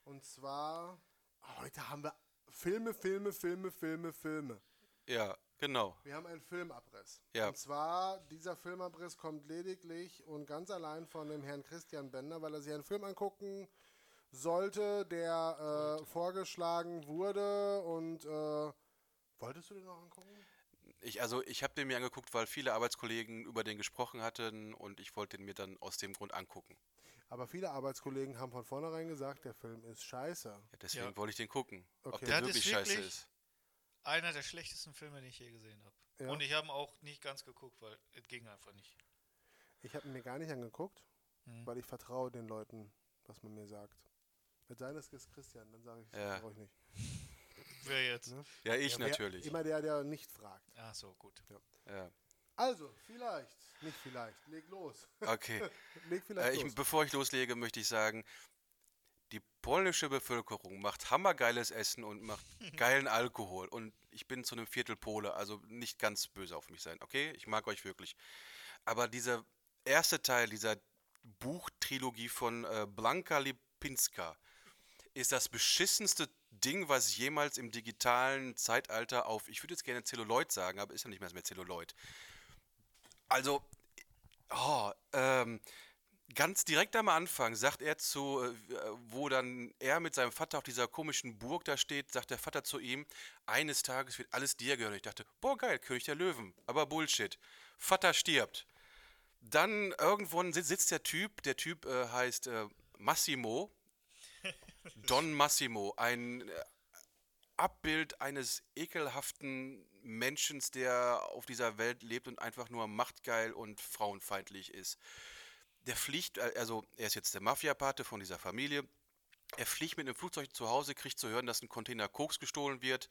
und zwar oh, heute haben wir Filme, Filme, Filme, Filme, Filme. Ja, genau. Wir haben einen Filmabriss. Ja. Und zwar, dieser Filmabriss kommt lediglich und ganz allein von dem Herrn Christian Bender, weil er sich einen Film angucken sollte, der äh, vorgeschlagen wurde und äh, wolltest du den noch angucken? Ich, also ich habe den mir angeguckt, weil viele Arbeitskollegen über den gesprochen hatten und ich wollte den mir dann aus dem Grund angucken. Aber viele Arbeitskollegen haben von vornherein gesagt, der Film ist scheiße. Ja, deswegen Ja. wollte ich den gucken, ob Okay. der Das ist wirklich scheiße wirklich- ist. Einer der schlechtesten Filme, den ich je gesehen habe. Ja. Und ich habe ihn auch nicht ganz geguckt, weil es ging einfach nicht. Ich habe ihn mir gar nicht angeguckt, Mhm. weil ich vertraue den Leuten, was man mir sagt. Mit seines ist Christian, dann sage ich, Ja. vertraue ich nicht. Wer jetzt? Ne? Ja, ich Ja, wer- natürlich. Immer der, der nicht fragt. Ach Ah, so, gut. Ja. Also, vielleicht, nicht vielleicht, leg los. Okay. Leg vielleicht Äh, ich, los. bevor ich loslege, möchte ich sagen, die polnische Bevölkerung macht hammergeiles Essen und macht geilen Alkohol. Und ich bin zu einem Viertel Pole, also nicht ganz böse auf mich sein, okay? Ich mag euch wirklich. Aber dieser erste Teil dieser Buchtrilogie von äh, Blanka Lipinska ist das beschissenste Ding, was jemals im digitalen Zeitalter auf, ich würde jetzt gerne Celluloid sagen, aber ist ja nicht mehr, mehr Celluloid. Also, oh, ähm, Ganz direkt am Anfang sagt er zu, äh, wo dann er mit seinem Vater auf dieser komischen Burg da steht, sagt der Vater zu ihm, eines Tages wird alles dir gehören. Ich dachte, boah geil, König der Löwen, aber Bullshit. Vater stirbt. Dann irgendwann si- sitzt der Typ, der Typ äh, heißt äh, Massimo, Don Massimo, ein äh, Abbild eines ekelhaften Menschen, der auf dieser Welt lebt und einfach nur machtgeil und frauenfeindlich ist der fliegt, äh, also er ist jetzt der Mafia-Pate von dieser Familie. Er fliegt mit einem Flugzeug zu Hause, kriegt zu hören, dass ein Container Koks gestohlen wird.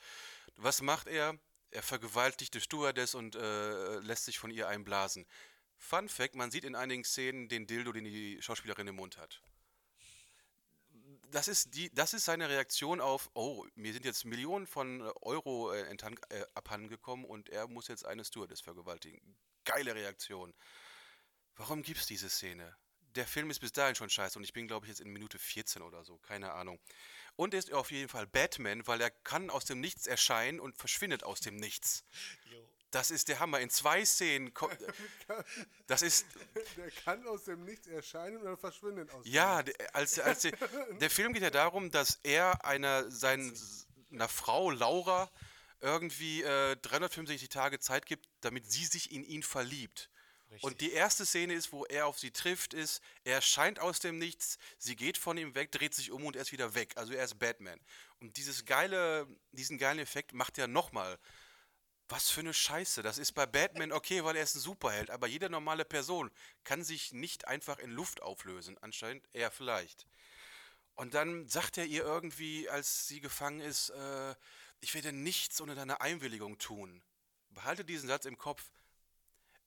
Was macht er? Er vergewaltigt die Stewardess und äh, lässt sich von ihr einblasen. Fun Fact: Man sieht in einigen Szenen den Dildo, den die Schauspielerin im Mund hat. Das ist, die, das ist seine Reaktion auf, oh, mir sind jetzt Millionen von äh, Euro äh, entan- äh, abhandengekommen und er muss jetzt eine Stewardess vergewaltigen. Geile Reaktion. Warum gibt's diese Szene? Der Film ist bis dahin schon scheiße und ich bin, glaube ich, jetzt in Minute 14 oder so, keine Ahnung. Und er ist auf jeden Fall Batman, weil er kann aus dem Nichts erscheinen und verschwindet aus dem Nichts. Jo. Das ist der Hammer. In zwei Szenen. ko- Das ist. Der kann aus dem Nichts erscheinen oder verschwindet aus dem Ja, der- als, als der, der Film geht ja darum, dass er einer seinen, einer Frau Laura irgendwie äh, 365 Tage Zeit gibt, damit sie sich in ihn verliebt. Und die erste Szene ist, wo er auf sie trifft, ist, er scheint aus dem Nichts, sie geht von ihm weg, dreht sich um und er ist wieder weg. Also er ist Batman. Und dieses geile, diesen geilen Effekt macht er nochmal. Was für eine Scheiße. Das ist bei Batman okay, weil er ist ein Superheld, aber jede normale Person kann sich nicht einfach in Luft auflösen. Anscheinend er vielleicht. Und dann sagt er ihr irgendwie, als sie gefangen ist, äh, ich werde nichts ohne deine Einwilligung tun. Behalte diesen Satz im Kopf.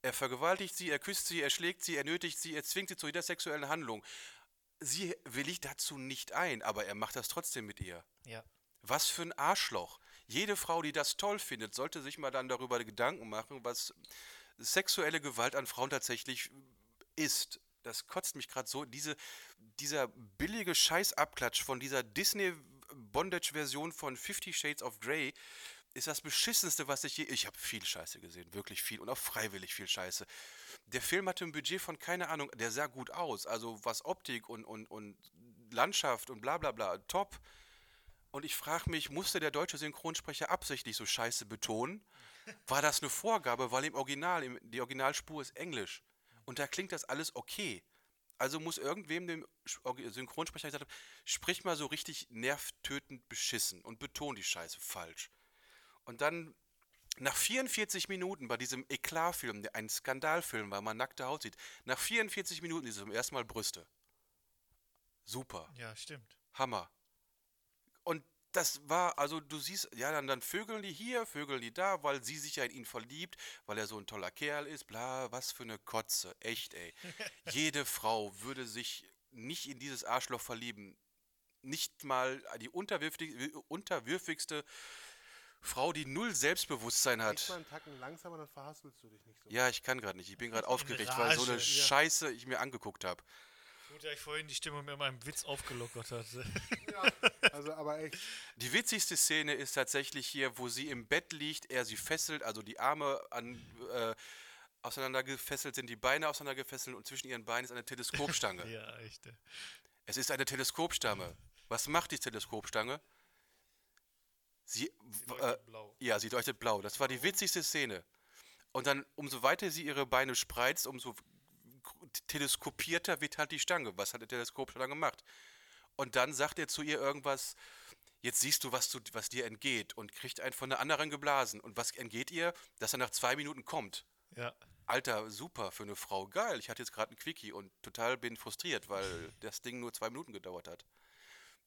Er vergewaltigt sie, er küsst sie, er schlägt sie, er nötigt sie, er zwingt sie zu jeder sexuellen Handlung. Sie willigt dazu nicht ein, aber er macht das trotzdem mit ihr. Ja. Was für ein Arschloch. Jede Frau, die das toll findet, sollte sich mal dann darüber Gedanken machen, was sexuelle Gewalt an Frauen tatsächlich ist. Das kotzt mich gerade so. Diese, dieser billige Scheißabklatsch von dieser Disney-Bondage-Version von Fifty Shades of Grey ist das beschissenste, was ich je. Ich habe viel Scheiße gesehen, wirklich viel und auch freiwillig viel Scheiße. Der Film hatte ein Budget von keine Ahnung, der sah gut aus. Also was Optik und, und, und Landschaft und bla bla bla, top. Und ich frage mich, musste der deutsche Synchronsprecher absichtlich so scheiße betonen? War das eine Vorgabe, weil im Original, im, die Originalspur ist Englisch. Und da klingt das alles okay. Also muss irgendwem dem Sch- Orgi- Synchronsprecher gesagt haben, sprich mal so richtig nervtötend beschissen und beton die Scheiße falsch. Und dann nach 44 Minuten bei diesem Eklat-Film, der ein Skandalfilm war, man nackte Haut sieht, nach 44 Minuten ist es zum ersten Mal Brüste. Super. Ja, stimmt. Hammer. Und das war, also du siehst, ja, dann, dann vögeln die hier, vögeln die da, weil sie sich ja in ihn verliebt, weil er so ein toller Kerl ist, bla, was für eine Kotze. Echt, ey. Jede Frau würde sich nicht in dieses Arschloch verlieben. Nicht mal die unterwürfig, unterwürfigste Frau, die null Selbstbewusstsein Nichts. Nicht mal hat. einen Tacken langsamer, dann verhasselst du dich nicht so. Ja, ich kann gerade nicht. Ich bin gerade aufgeregt, weil so eine Rage. Ja. Scheiße ich mir angeguckt habe. Gut, dass ich vorhin die Stimme mit meinem Witz aufgelockert hatte. Also, aber echt, Die witzigste Szene ist tatsächlich hier, wo sie im Bett liegt, er sie fesselt, also die Arme an, äh, auseinandergefesselt sind, die Beine auseinandergefesselt und zwischen ihren Beinen ist eine Teleskopstange. ja, echt. Äh, ey. Es ist eine Teleskopstange. Was macht die Teleskopstange? Sie, äh, Leuchtet blau. ja, sie leuchtet blau. Das war die witzigste Szene. Und dann, umso weiter sie ihre Beine spreizt, umso teleskopierter wird halt die Stange. Was hat die Teleskopstange gemacht? Und dann sagt er zu ihr irgendwas, jetzt siehst du, was, du, was dir entgeht und kriegt einen von der anderen geblasen. Und was entgeht ihr? Dass er nach zwei Minuten kommt. Ja. Alter, super für eine Frau. Geil, ich hatte jetzt gerade einen Quickie und total bin frustriert, weil das Ding nur zwei Minuten gedauert hat.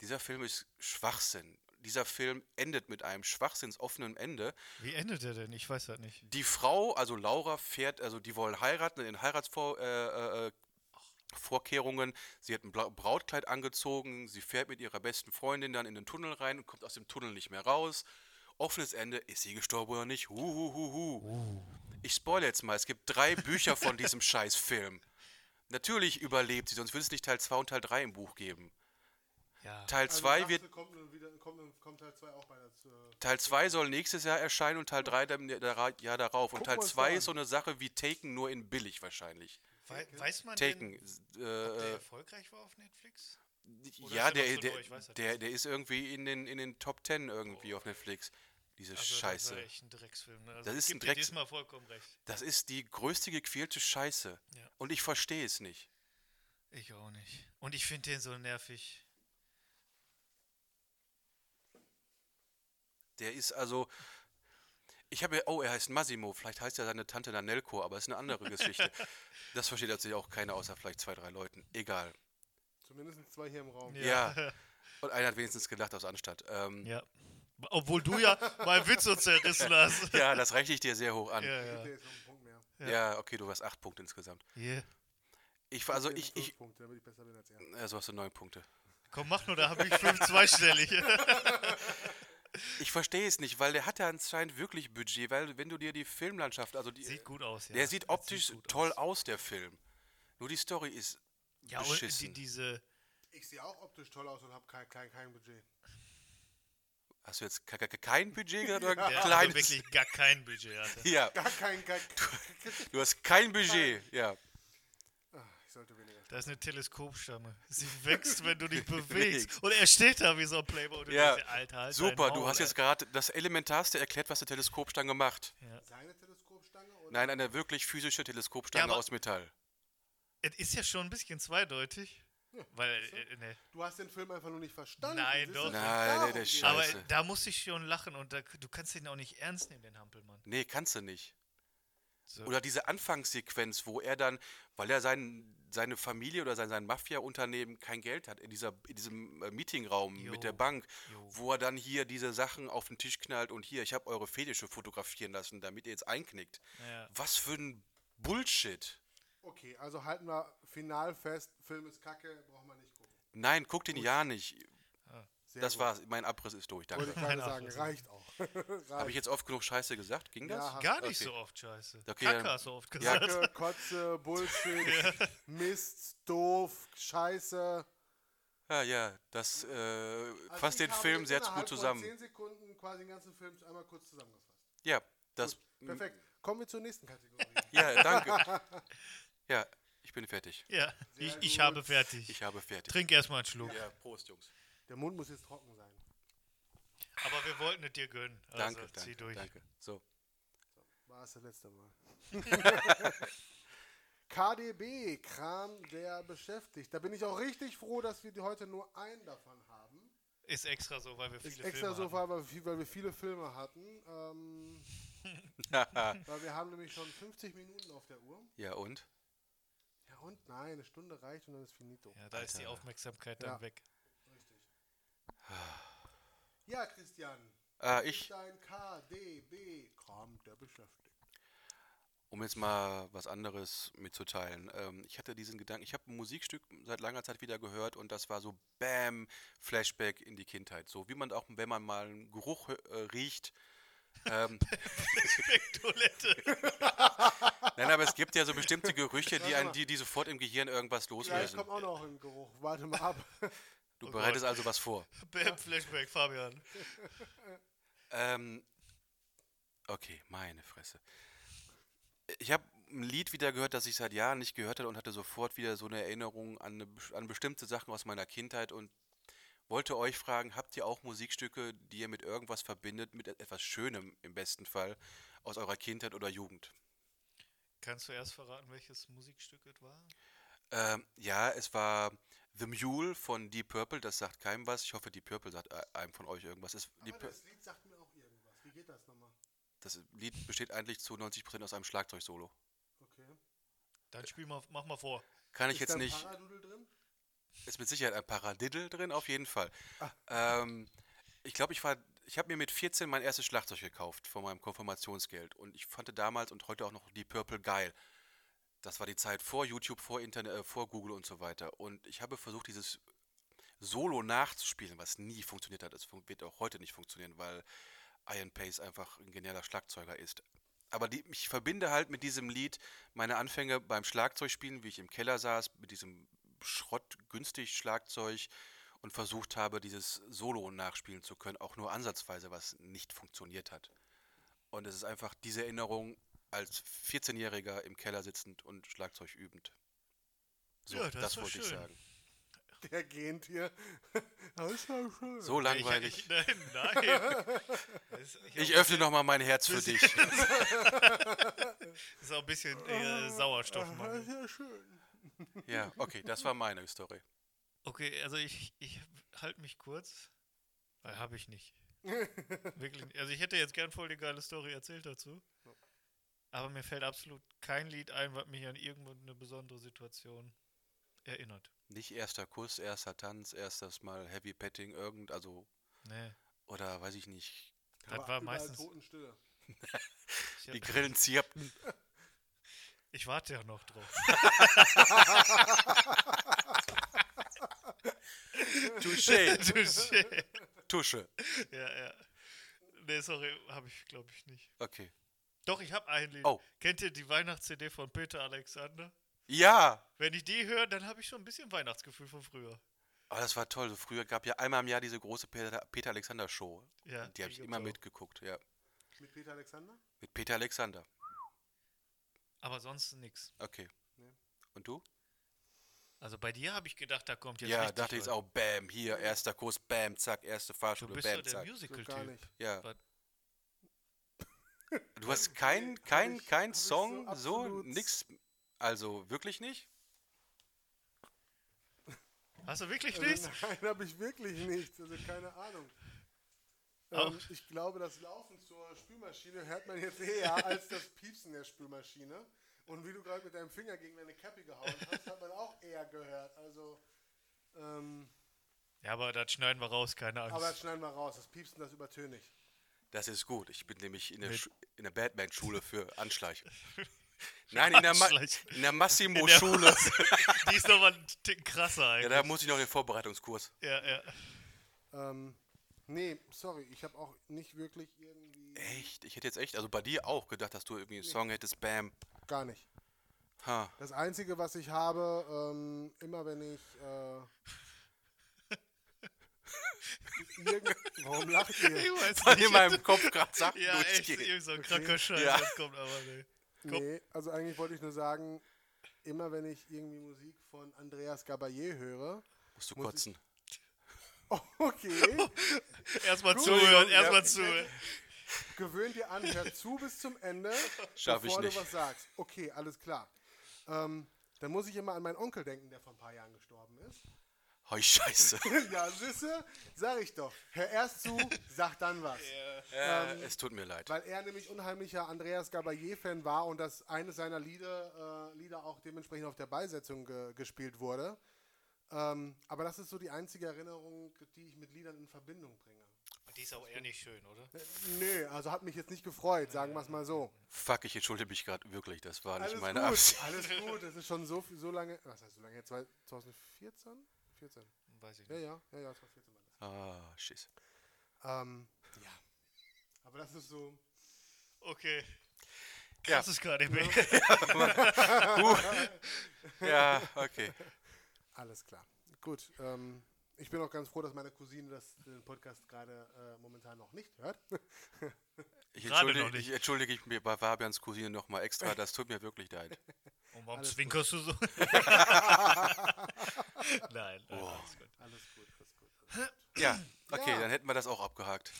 Dieser Film ist Schwachsinn. Dieser Film endet mit einem schwachsinnsoffenen Ende. Wie endet er denn? Ich weiß das nicht. Die Frau, also Laura, fährt, also die wollen heiraten in Heiratsvorkehrungen. Äh, äh, Vorkehrungen. Sie hat ein Blau- Brautkleid angezogen. Sie fährt mit ihrer besten Freundin dann in den Tunnel rein und kommt aus dem Tunnel nicht mehr raus. Offenes Ende. Ist sie gestorben oder nicht? Huhuhuhu. Ich spoilere jetzt mal. Es gibt drei Bücher von diesem Scheißfilm. Natürlich überlebt sie, sonst würde es nicht Teil 2 und Teil 3 im Buch geben. Ja. Teil also 2 sagst wird du, kommt, nun wieder, kommt, kommt Teil 2 auch bei dazu. Teil 2 soll nächstes Jahr erscheinen und Teil 3 im Jahr darauf. Und Guck Teil mal, 2 Stan. ist so eine Sache wie Taken, nur in billig wahrscheinlich. Wei weiß man Taken. denn, ob der Äh, erfolgreich war auf Netflix? Oder ja, ist der noch der, so der, neu? Ich weiß Oh. das der, der ist irgendwie in den, in den Top 10 irgendwie auf Netflix. Diese Also, Das Scheiße. ist echt ein Drecksfilm. Ne? Also Das ich ist geb ein dir Drecks- diesmal vollkommen recht. Das ist die größte gequälte Scheiße. Ja. Und ich verstehe es nicht. Ich auch nicht. Und ich finde den so nervig. Der ist also. Ich habe ja, oh, er heißt Massimo, vielleicht heißt ja seine Tante Nanelko, aber ist eine andere Geschichte. Das versteht natürlich auch keiner außer vielleicht zwei, drei Leuten. Egal. Zumindest zwei hier im Raum. Ja. Und einer hat wenigstens gelacht aus Anstatt. Ähm, Ja. Obwohl du ja meinen Witz so zerrissen hast. ja. das rechne ich dir sehr hoch an. Ja, ja, Okay, ja. jetzt noch einen Punkt mehr. okay, du hast acht Punkte insgesamt. Yeah. Ich war also Hier ich, fünf ich Punkte, damit ich besser bin als er. also hast du neun Punkte. Komm, mach nur, da habe ich fünf zweistellig. Ich verstehe es nicht, weil der hatte anscheinend wirklich Budget, weil wenn du dir die Filmlandschaft, also die, sieht gut aus, ja. der sieht Das optisch gut toll aus. aus. der Film. Nur die Story ist Ja, und beschissen. die, diese. Ich sehe auch optisch toll aus und habe kein, kein, kein Budget. Hast du jetzt ke- ke- kein Budget gehabt oder Der ein also kleines? wirklich gar kein Budget hatte. Ja, Gar kein, gar, du hast kein Budget. Halt Ja, ich sollte weniger. Da ist eine Teleskopstange. Sie wächst, wenn du dich bewegst. Und er steht da wie so ein Playboy. Und du Ja. denkst dir, Alter, halt super. dein Du Maul, hast ey. jetzt gerade das Elementarste erklärt, was eine Teleskopstange macht. Seine Teleskopstange? Oder? Nein, eine wirklich physische Teleskopstange Ja, aber- aus Metall. Es ist ja schon ein bisschen zweideutig. Weil, äh, ne. Du hast den Film einfach nur nicht verstanden. Nein, siehst doch. du, dass es Nein, darum der- der geht. Scheiß. Aber Scheiße. da muss ich schon lachen. Und da, du kannst den auch nicht ernst nehmen, den Hampelmann. Nee, kannst du nicht. So. Oder diese Anfangssequenz, wo er dann, weil er sein, seine Familie oder sein, sein Mafia-Unternehmen kein Geld hat, in, dieser, in diesem äh, Meetingraum Jo. mit der Bank, Jo. wo er dann hier diese Sachen auf den Tisch knallt und hier, ich habe eure Fetische fotografieren lassen, damit ihr jetzt einknickt. Ja. Was für ein Bullshit. Okay, also halten wir final fest, Film ist kacke, braucht man nicht gucken. Nein, guck den ja nicht. Sehr das gut. war's. Mein Abriss ist durch. Wollte Danke. ich gerade Nein, sagen, ach, reicht auch. Habe ich jetzt oft genug Scheiße gesagt? Ging das? Ja, Gar nicht Okay. so oft, scheiße. Okay, Kacke dann- hast du oft Ja. gesagt. Kacke, Kotze, Bullshit, Mist, doof, Scheiße. Ja, Ah, ja. Das äh, Also fasst ich den habe Film jetzt sehr gut innerhalb zusammen. Von 10 Sekunden quasi den ganzen Film einmal kurz zusammengefasst. Ja, das. Perfekt. Kommen wir zur nächsten Kategorie. Ja, danke. ja, ich bin fertig. Ja, ich, ich gut. habe fertig. Ich habe fertig. Trink erstmal einen Schluck. Ja, Prost, Jungs. Der Mund muss jetzt trocken sein. Aber wir wollten es dir gönnen. Also, Danke, zieh danke, durch. danke. So, War es das letzte Mal. KDB, Kram der beschäftigt. Da bin ich auch richtig froh, dass wir die heute nur einen davon haben. Ist extra so, weil wir viele Ist extra Filme so, haben. weil wir, viel- weil wir viele Filme hatten. Ähm, weil wir haben nämlich schon 50 Minuten auf der Uhr. ja und? Ja und? Nein, eine Stunde reicht und dann ist finito. Ja, da ist die Aufmerksamkeit Ja. dann weg. Ja, Christian. Ah, ich, Dein KDB, Kram der beschäftigt. um jetzt mal was anderes mitzuteilen. Ähm, ich hatte diesen Gedanken, ich habe ein Musikstück seit langer Zeit wieder gehört und das war so Bam, Flashback in die Kindheit. So wie man auch, wenn man mal einen Geruch äh, riecht. Ähm, Toilette. nein, aber es gibt ja so bestimmte Gerüche, die, einen, die, die sofort im Gehirn irgendwas Gleich loslösen. kommt auch noch ein Geruch. Warte mal ab. Du Oh bereitest also was vor. Bam, Flashback, Fabian. Ähm, okay, meine Fresse. Ich habe ein Lied wieder gehört, das ich seit Jahren nicht gehört hatte und hatte sofort wieder so eine Erinnerung an, eine, bes- an bestimmte Sachen aus meiner Kindheit und wollte euch fragen, habt ihr auch Musikstücke, die ihr mit irgendwas verbindet, mit et- etwas Schönem im besten Fall, aus eurer Kindheit oder Jugend? Kannst du erst verraten, welches Musikstück es war? Ähm, ja, es war The Mule von Deep Purple, das sagt keinem was. Ich hoffe, Deep Purple sagt äh, einem von euch irgendwas. Es, Deep Aber Pur- das Lied sagt mir auch irgendwas. Wie geht das nochmal? das Lied besteht eigentlich zu 90% aus einem Schlagzeugsolo. Okay. Dann spiel mal, mach mal vor. Kann ich Ist jetzt da ein nicht. Paradoodle drin? ist mit Sicherheit ein Paradiddle drin, auf jeden Fall. Ähm, ich glaube, ich war, ich habe mir mit 14 mein erstes Schlagzeug gekauft von meinem Konfirmationsgeld und ich fand damals und heute auch noch die Purple geil. Das war die Zeit vor YouTube, vor Internet, äh, vor Google und so weiter. Und ich habe versucht, dieses Solo nachzuspielen, was nie funktioniert hat. Es fun- wird auch heute nicht funktionieren, weil Ian Pace einfach ein genialer Schlagzeuger ist. Aber die, ich verbinde halt mit diesem Lied meine Anfänge beim Schlagzeugspielen, wie ich im Keller saß, mit diesem Schrott günstig Schlagzeug und versucht habe, dieses Solo nachspielen zu können, auch nur ansatzweise, was nicht funktioniert hat. Und es ist einfach diese Erinnerung als 14-Jähriger im Keller sitzend und Schlagzeug übend. So, Ja, das das, ist doch wollte ich schön. sagen. Der geht hier. Das ist ja schön. So langweilig. Ich, ich, nein, nein. Das ist- Ich öffne nochmal mein Herz für dich. Das ist auch ein bisschen äh, Das Sauerstoffmangel. ist ja schön. Ja, okay, das war meine Story. Okay, also ich, ich halte mich kurz, weil habe ich nicht. Wirklich nicht. Also ich hätte jetzt gern voll die geile Story erzählt dazu. Aber mir fällt absolut kein Lied ein, was mich an irgendeine besondere Situation erinnert. Nicht erster Kuss, erster Tanz, erstes Mal Heavy Petting, irgend, also, Nee. oder weiß ich nicht, Das Aber war überall meistens- Totenstille. Ich, die Grillen zirpten. ich warte ja noch drauf. Touché, Du Schä- Tusche. ja, ja. Nee, sorry, habe ich, glaube ich, nicht. Okay. Doch, ich habe ein Lied. Oh. Kennt ihr die Weihnachts-CD von Peter Alexander? Ja, Wenn ich die höre, dann habe ich schon ein bisschen Weihnachtsgefühl von früher. Aber Oh, das war toll. Früher gab ja einmal im Jahr diese große Peter-Alexander-Show. Ja, die habe die ich gibt's immer auch. mitgeguckt, ja. Mit Peter Alexander? Mit Peter Alexander. Aber sonst nix. Okay. Nee. Und du? Also bei dir habe ich gedacht, da kommt jetzt ja, richtig dachte ich jetzt was. auch, bam, hier, erster Kurs, bam, zack, erste Du Fahrschule, bist doch bam, der zack. So gar Musical-Typ. nicht. Ja. But- Du hast kein, hab kein, ich- kein hab ich so Song, so, absolut- nix. Also wirklich nicht? Hast du wirklich nichts? Also nein, habe ich wirklich nicht. Also keine Ahnung. Auch- Ähm, ich glaube, das Laufen zur Spülmaschine hört man jetzt eher als das Piepsen der Spülmaschine. Und wie du gerade mit deinem Finger gegen deine Kappe gehauen hast, hat man auch eher gehört. Also, ähm, Ja, aber das schneiden wir raus, keine Angst. aber das schneiden wir raus. Das Piepsen, das übertöne ich. Das ist gut. Ich bin nämlich in der, Mit- Schu- in der Batman-Schule für Anschleichen. Nein, in der, Ma Anschleichen. in der Massimo-Schule. Die ist nochmal einen Ticken krasser Ja, eigentlich. da muss ich noch den Vorbereitungskurs. Ja, ja. Ähm, nee, sorry, ich habe auch nicht wirklich irgendwie. Echt? Ich hätte jetzt echt, also bei dir auch gedacht, dass du irgendwie einen Song hättest, bam. Gar nicht. Ha. Das Einzige, was ich habe, ähm, immer wenn ich. Äh, irgend warum lacht ihr? Ich weiß Weil nicht. in meinem Kopf gerade Sachen Ja, echt, durchgehen. irgend so ein kranker Scheiß, Ja. das kommt aber nicht. Komm. Nee, also eigentlich wollte ich nur sagen, immer wenn ich irgendwie Musik von Andreas Gabayé höre. Musst du Muss ich- kotzen. Okay, Erstmal Gut. zuhören, Ja. erstmal zuhören. gewöhn dir an, hör zu bis zum Ende, Schaff ich bevor nicht. du was sagst. Okay, alles klar. Ähm, dann muss ich immer an meinen Onkel denken, der vor ein paar Jahren gestorben ist. Hoi, scheiße. ja, Sisse, sag ich doch. Hör erst zu, sag dann was. äh, Ähm, es tut mir leid. Weil er nämlich unheimlicher Andreas Gabayé-Fan war und dass eines seiner Lieder, äh, Lieder auch dementsprechend auf der Beisetzung ge gespielt wurde. Ähm, aber das ist so die einzige Erinnerung, die ich mit Liedern in Verbindung bringe. Die ist auch eher nicht schön, oder? Nö, also hat mich jetzt nicht gefreut, sagen wir es mal so. Fuck, ich entschuldige mich gerade wirklich. Das war nicht Alles meine gut, Absicht. alles gut. Das ist schon so, viel- so lange, was heißt so lange, jetzt 2014? 14. Weiß ich Ja, nicht. ja, ja, ja, 2014 war das. Ah, scheiße. Ähm, ja. Aber das ist so, Okay. Ja. Krasses KDB. Ja, okay. Alles klar. Gut. Ähm, ich bin auch ganz froh, dass meine Cousine das, den Podcast gerade äh, momentan noch nicht hört. Ich Gerade entschuldige, noch nicht. ich entschuldige mich bei Fabians Cousine nochmal extra. Das tut mir wirklich leid. Und warum Alles zwinkerst du so? nein, nein, Boah. alles gut. Alles gut, alles gut. Ja, okay, Ja. dann hätten wir das auch abgehakt.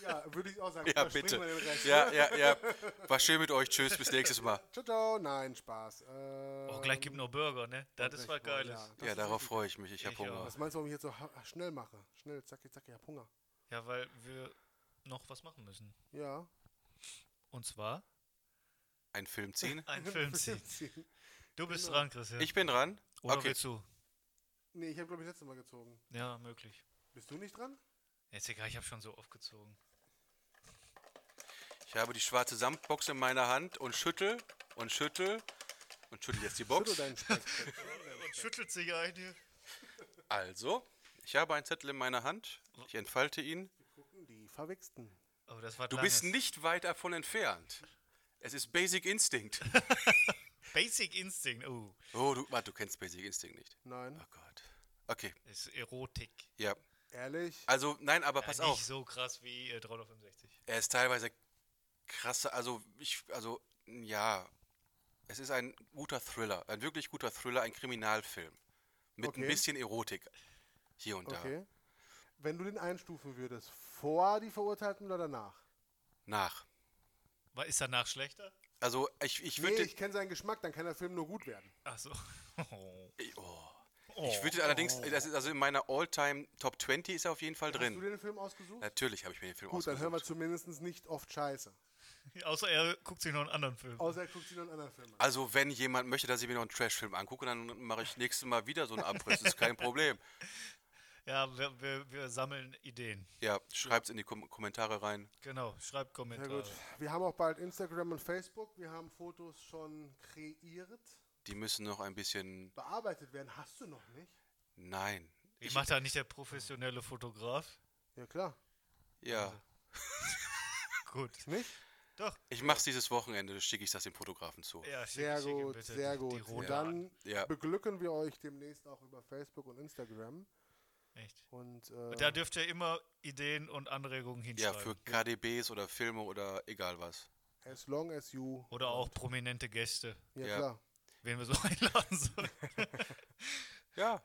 Ja, würde ich auch sagen. Ja, Überspringen bitte. wir den Rest. Ja, ja, ja. War schön mit euch. Tschüss, bis nächstes Mal. Ciao, ciao. Nein, Spaß. Ähm, Oh, gleich gibt noch Burger, ne? Das ist gleich was wohl, ja. Geiles. Das Ja, ist darauf richtig. freue ich mich. Ich habe Ich Hunger. auch. Was meinst du, warum ich jetzt so ha- schnell mache? Schnell, zacki, zacki, ich hab Hunger. Ja, weil wir noch was machen müssen. Ja. Und zwar Einen Film ziehen? einen Film ziehen. Du bist Genau. dran, Christian. Ich bin dran. Oder Okay. willst du? Nee, ich habe, glaube ich, letztes Mal gezogen. Ja, möglich. Bist du nicht dran? Ist egal, ich habe schon so aufgezogen. Ich habe die schwarze Samtbox in meiner Hand und schüttel und schüttel und schüttel jetzt die Schüttel Box. deinen Speck. Und schüttelt sich ein hier. Also, ich habe einen Zettel in meiner Hand. Ich entfalte ihn. Gucken die Verwichsten. Oh, das war Du bist nicht weit davon entfernt. Es ist Basic Instinct. Basic Instinct. Oh, Oh, du, warte, du kennst Basic Instinct nicht. Nein. Oh Gott. Okay, ist Erotik. ja. Ehrlich? Also, nein, aber pass ja, auf. Nicht so krass wie äh, 365. Er ist teilweise krasse, also ich, also ja, es ist ein guter Thriller, ein wirklich guter Thriller, ein Kriminalfilm mit Okay. ein bisschen Erotik hier und da. Okay. Wenn du den einstufen würdest, vor die Verurteilten oder danach? Nach. Wa- Ist danach schlechter? Also ich, ich Nee, würde, ich kenne seinen Geschmack, dann kann der Film nur gut werden. Ach so. Oh. ich, oh, Oh. ich würde allerdings, das ist also in meiner All-Time Top 20 ist er auf jeden Fall Hast du drin. dir den Film ausgesucht? Natürlich habe ich mir den Film Gut, dann hören wir ausgesucht. zumindest nicht oft Scheiße. Außer er guckt sich noch einen anderen Film. Außer er guckt sich noch einen anderen Film an. Also wenn jemand möchte, dass ich mir noch einen Trash-Film angucke, dann mache ich nächstes Mal wieder so einen Abriss, ist kein Problem. Ja, wir, wir, wir sammeln Ideen. Ja, schreibt's in die Kom Kommentare rein. Genau, schreibt Sehr Kommentare. gut. Äh. Wir haben auch bald Instagram und Facebook. Wir haben Fotos schon kreiert, Die müssen noch ein bisschen, bearbeitet werden. Hast du noch nicht? nein, Ich mache da nicht der professionelle Fotograf. Ja, klar. ja. Gut. Nicht? Doch. Ich mach's dieses Wochenende, schicke ich das dem Fotografen zu. Ja, schick- Sehr schick ihm gut, bitte sehr die- die gut. rote Und dann Ja. beglücken wir euch demnächst auch über Facebook und Instagram. Echt. Und, äh, Und da dürft ihr immer Ideen und Anregungen Ja, hinschreiben. für KDBs oder Filme oder egal was. as long as you. Oder auch prominente Gäste, Ja, ja. klar. wen wir so einladen sollen. Ja,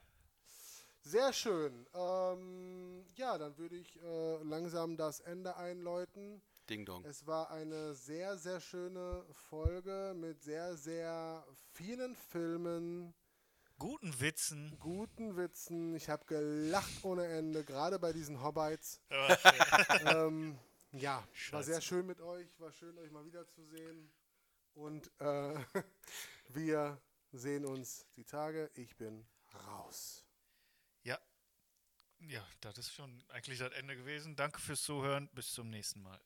Sehr schön. Ähm, ja, dann würde ich äh, langsam das Ende einläuten. Ding Dong. Es war eine sehr, sehr schöne Folge mit sehr, sehr vielen Filmen, Guten Witzen. guten Witzen. Ich habe gelacht ohne Ende, gerade bei diesen Hobbites. Ja, ähm, ja, war Scheiße. sehr schön mit euch. War schön, euch mal wiederzusehen. Und äh, wir sehen uns die Tage. Ich bin raus. ja. ja, das ist schon eigentlich das Ende gewesen. Danke fürs Zuhören. Bis zum nächsten Mal.